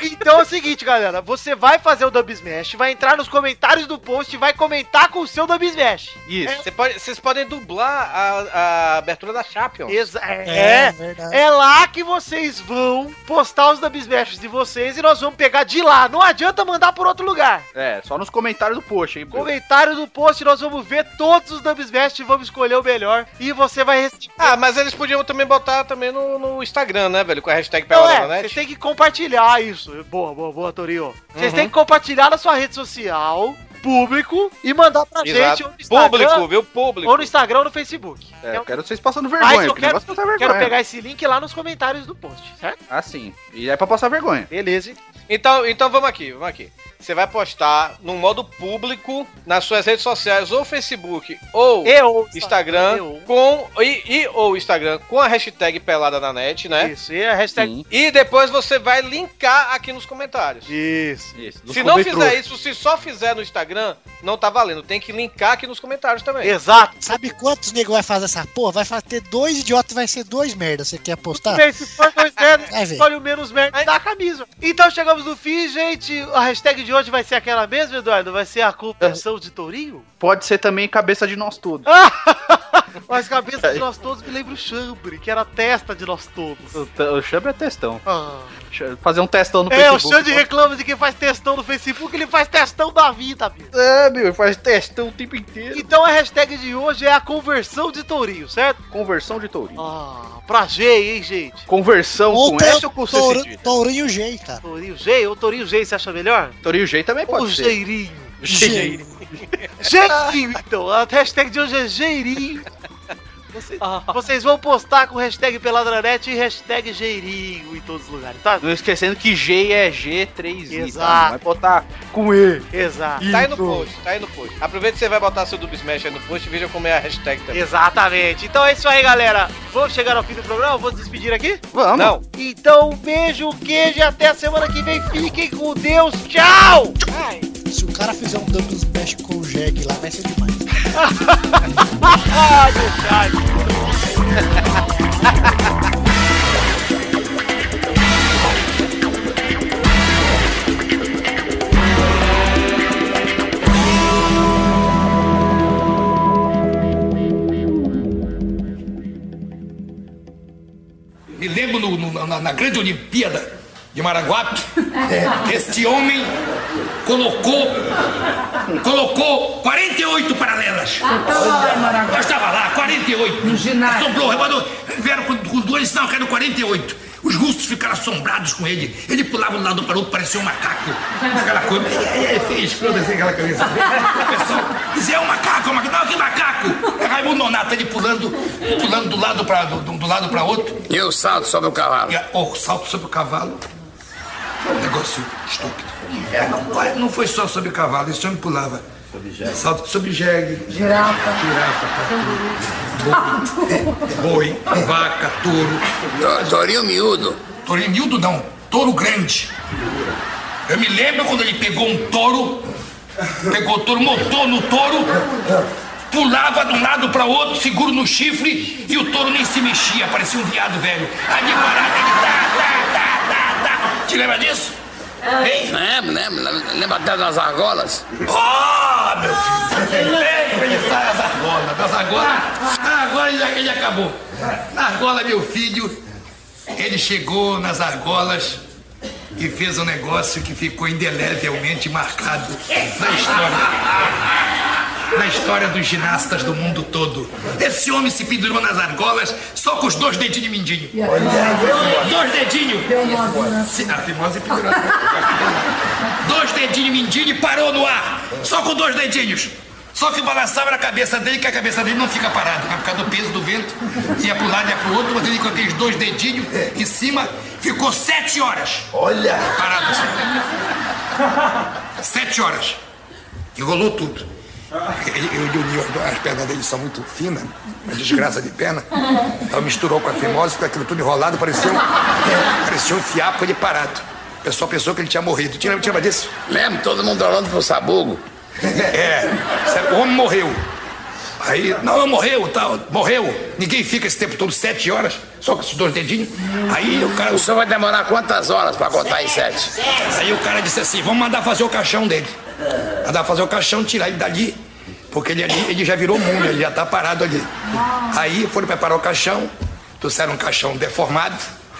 Speaker 1: Então é o seguinte, galera, você vai fazer o Dub Smash, vai entrar nos comentários do post e vai comentar com o seu Dub Smash.
Speaker 3: Isso.
Speaker 2: Você pode- vocês podem dublar a, a abertura da Champions.
Speaker 1: Exa- é, é.
Speaker 4: verdade.
Speaker 1: É lá que vocês vão postar os Dub Smashes de vocês e nós vamos pegar de lá. Não adianta mandar por outro lugar.
Speaker 3: É, só nos comentários do post, hein, Bill.
Speaker 1: Comentário do post, nós vamos ver todos os Dub Smash e vamos escolher o melhor. E você vai receber.
Speaker 2: Ah, mas eles podiam também botar também no, no Instagram, né, velho? Com a hashtag
Speaker 1: Não,
Speaker 2: Pelada na
Speaker 1: é, vocês
Speaker 2: Net.
Speaker 1: têm que compartilhar isso. Boa, boa, boa, Torinho. Vocês
Speaker 2: Uhum.
Speaker 1: têm que compartilhar na sua rede social, público, e mandar pra gente ou no Instagram,
Speaker 2: Público, viu? Público.
Speaker 1: ou no, Instagram, ou no Facebook.
Speaker 3: É, eu quero vocês passando vergonha.
Speaker 1: Então, Mas eu
Speaker 3: porque o
Speaker 1: quero,
Speaker 3: negócio é passar vergonha.
Speaker 1: quero pegar esse link lá nos comentários do post, certo?
Speaker 3: Ah, sim. E é pra passar vergonha.
Speaker 1: Beleza.
Speaker 2: Então, então vamos aqui, vamos aqui. Você vai postar no modo público nas suas redes sociais, ou Facebook, ou
Speaker 1: Eu.
Speaker 2: Instagram,
Speaker 1: Eu.
Speaker 2: com e, e ou Instagram com a hashtag Pelada na Net, né?
Speaker 1: Isso, e a hashtag.
Speaker 3: Sim.
Speaker 2: E depois você vai linkar aqui nos comentários.
Speaker 1: Isso.
Speaker 3: Isso.
Speaker 2: se não fizer isso, se só fizer no Instagram, não tá valendo. Tem que linkar aqui nos comentários também.
Speaker 1: Exato.
Speaker 4: Sabe quantos negros vai fazer essa porra? Vai fa- ter dois idiotas e vai ser dois merda. Você quer apostar?
Speaker 1: Bem, se for dois dedos,
Speaker 4: Tá. Vai ver.
Speaker 1: escolhe o menos merda da camisa. Então chegamos no fim, gente. A hashtag de hoje vai ser aquela mesma, Eduardo? Vai
Speaker 4: É.
Speaker 1: ser a conversão de Tourinho?
Speaker 3: Pode ser também cabeça de nós todos.
Speaker 1: Mas cabeça de nós todos me lembra o Chambre, que era a testa de nós
Speaker 3: O,
Speaker 1: todos.
Speaker 3: t- o Xambre é testão.
Speaker 1: Ah.
Speaker 3: Ch- Fazer um testão no
Speaker 1: É, o Xande reclama de quem faz testão no Facebook, ele faz testão da vida, bicho.
Speaker 3: É, meu, faz testão o tempo inteiro.
Speaker 1: Então a hashtag de hoje é a conversão de tourinho, certo?
Speaker 3: Conversão de tourinho.
Speaker 1: Ah, pra G, hein, gente?
Speaker 3: Conversão
Speaker 4: Ou
Speaker 3: com
Speaker 4: teu-
Speaker 3: S ou com C
Speaker 4: touro-
Speaker 3: cedilha?
Speaker 4: Tourinho G, cara.
Speaker 1: Tourinho G ou tourinho G, você acha melhor?
Speaker 3: Tourinho G também
Speaker 1: Ou
Speaker 3: pode ser.
Speaker 1: Geirinho?
Speaker 3: G.
Speaker 1: Geirinho, então. A hashtag de hoje é Geirinho. Você- Vocês vão postar com hashtag Peladranet e hashtag Geirinho em todos os lugares, tá?
Speaker 3: Não esquecendo que G é G3I.
Speaker 1: Exato.
Speaker 3: Vai botar com E.
Speaker 1: Exato.
Speaker 2: Tá aí no post, tá aí no post. Aproveita que você vai botar seu dub smash aí no post e veja como é a hashtag também.
Speaker 1: Exatamente. Então é isso aí, galera. Vamos chegar ao fim do programa? Vou despedir aqui?
Speaker 3: Vamos.
Speaker 2: Não,
Speaker 1: Então, um beijo, queijo e até a semana que vem. Fiquem com Deus. Tchau!
Speaker 4: Se o cara fizer um double smash com o Jeg lá, vai ser demais.
Speaker 12: Me lembro no- no- na, na grande Olimpíada de Maraguape, este homem colocou, colocou 48 paralelas. Eu estava lá, 48. No ginásio. Assombrou o remador. Então, Vieram com, com dois, não, quero 48. Os russos ficaram assombrados com ele. Ele pulava de um lado para o outro, parecia um macaco. Aquela coisa. E aí, fez, foda-se aquela cabeça. O pessoal dizia, é um macaco, é um macaco. Não, que macaco! É Raimundo Nonato, ele pulando, pulando do lado para do, do lado pra outro.
Speaker 13: E o salto sobre o cavalo?
Speaker 12: E a- o salto sobre o cavalo. É um negócio estúpido. É, não, vai- não foi só sobre o cavalo, esse homem pulava. Salto sobre jegue. Girafa. Girafa, tatu. Boi, boi, vaca, touro.
Speaker 13: Do- Dorinho miúdo.
Speaker 12: Touro miúdo não, touro grande. Eu me lembro quando ele pegou um touro
Speaker 1: Pegou o touro, montou no touro, pulava de um lado para outro, seguro no chifre, e o touro nem se mexia, parecia um viado velho. Aí de parada ele tá, tá, tá, tá, tá. Te lembra disso? Hein?
Speaker 5: Lembra, lembra, lembra até das argolas?
Speaker 1: Ah, meu filho! Lembra ele sai as argolas, das argolas. Ah, Agora ele, ele acabou. Na argola, meu filho, ele chegou nas argolas e fez um negócio que ficou indelevelmente marcado na história. Na história dos ginastas do mundo todo. Esse homem se pendurou nas argolas só com os dois dedinhos de mindinho. Dois dedinhos! Se- ah, fimose pendurada. Dois dedinhos mindinho e parou no ar. Só com dois dedinhos. Só que balançava na cabeça dele, que a cabeça dele não fica parada, por causa do peso do vento. Ia pro lado, ia pro outro, mas ele com aqueles dois dedinhos em cima, ficou sete horas. Olha! Parado assim. Sete horas. Enrolou tudo. Ele- Eu, eu, eu, as pernas dele são muito finas, uma desgraça de perna. Então misturou com a fimose, ficou aquilo tudo enrolado, parecia um, parecia um fiapo ele parado. O pessoal pensou que ele tinha morrido. Tinha, tinha disso?
Speaker 5: Lembra? Todo mundo olhando pro sabugo.
Speaker 1: É, sabe, o homem morreu. Aí, não, morreu, tal, morreu. Ninguém fica esse tempo todo sete horas, só com esses dois dedinhos. Aí o cara.
Speaker 5: O senhor vai demorar quantas horas pra contar em sete?
Speaker 1: Aí o cara disse assim: vamos mandar fazer o caixão dele. Mandar fazer o caixão, tirar ele dali, porque ele, ali- ele já virou múmia, ele já tá parado ali. Aí foram preparar o caixão, trouxeram um caixão deformado,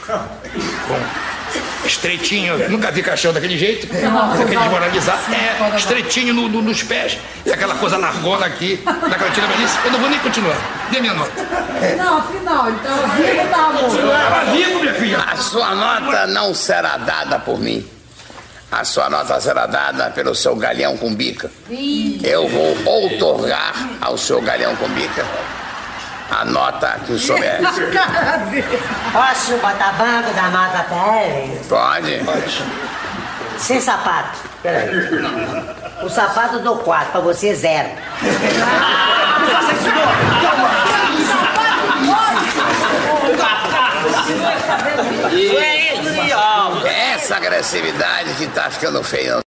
Speaker 1: com estreitinho, nunca vi caixão daquele jeito, daquele desmoralizado, é, estreitinho no- no- nos pés, e aquela coisa largona aqui, naquela tira isso. Eu não vou nem continuar, dê minha nota.
Speaker 14: Não, afinal, ele tava vivo ou tava morto?
Speaker 1: vivo, minha filha.
Speaker 5: A sua nota não será dada por mim. A sua nota será dada pelo seu galhão com bica. Eu vou outorgar ao seu galhão com bica a nota que o senhor é. merece.
Speaker 15: Posso botar banco da Mata Pérez?
Speaker 5: Pode?
Speaker 15: Sem sapato. Peraí. O sapato eu dou 4, pra você zero.
Speaker 5: Essa agressividade que tá ficando feia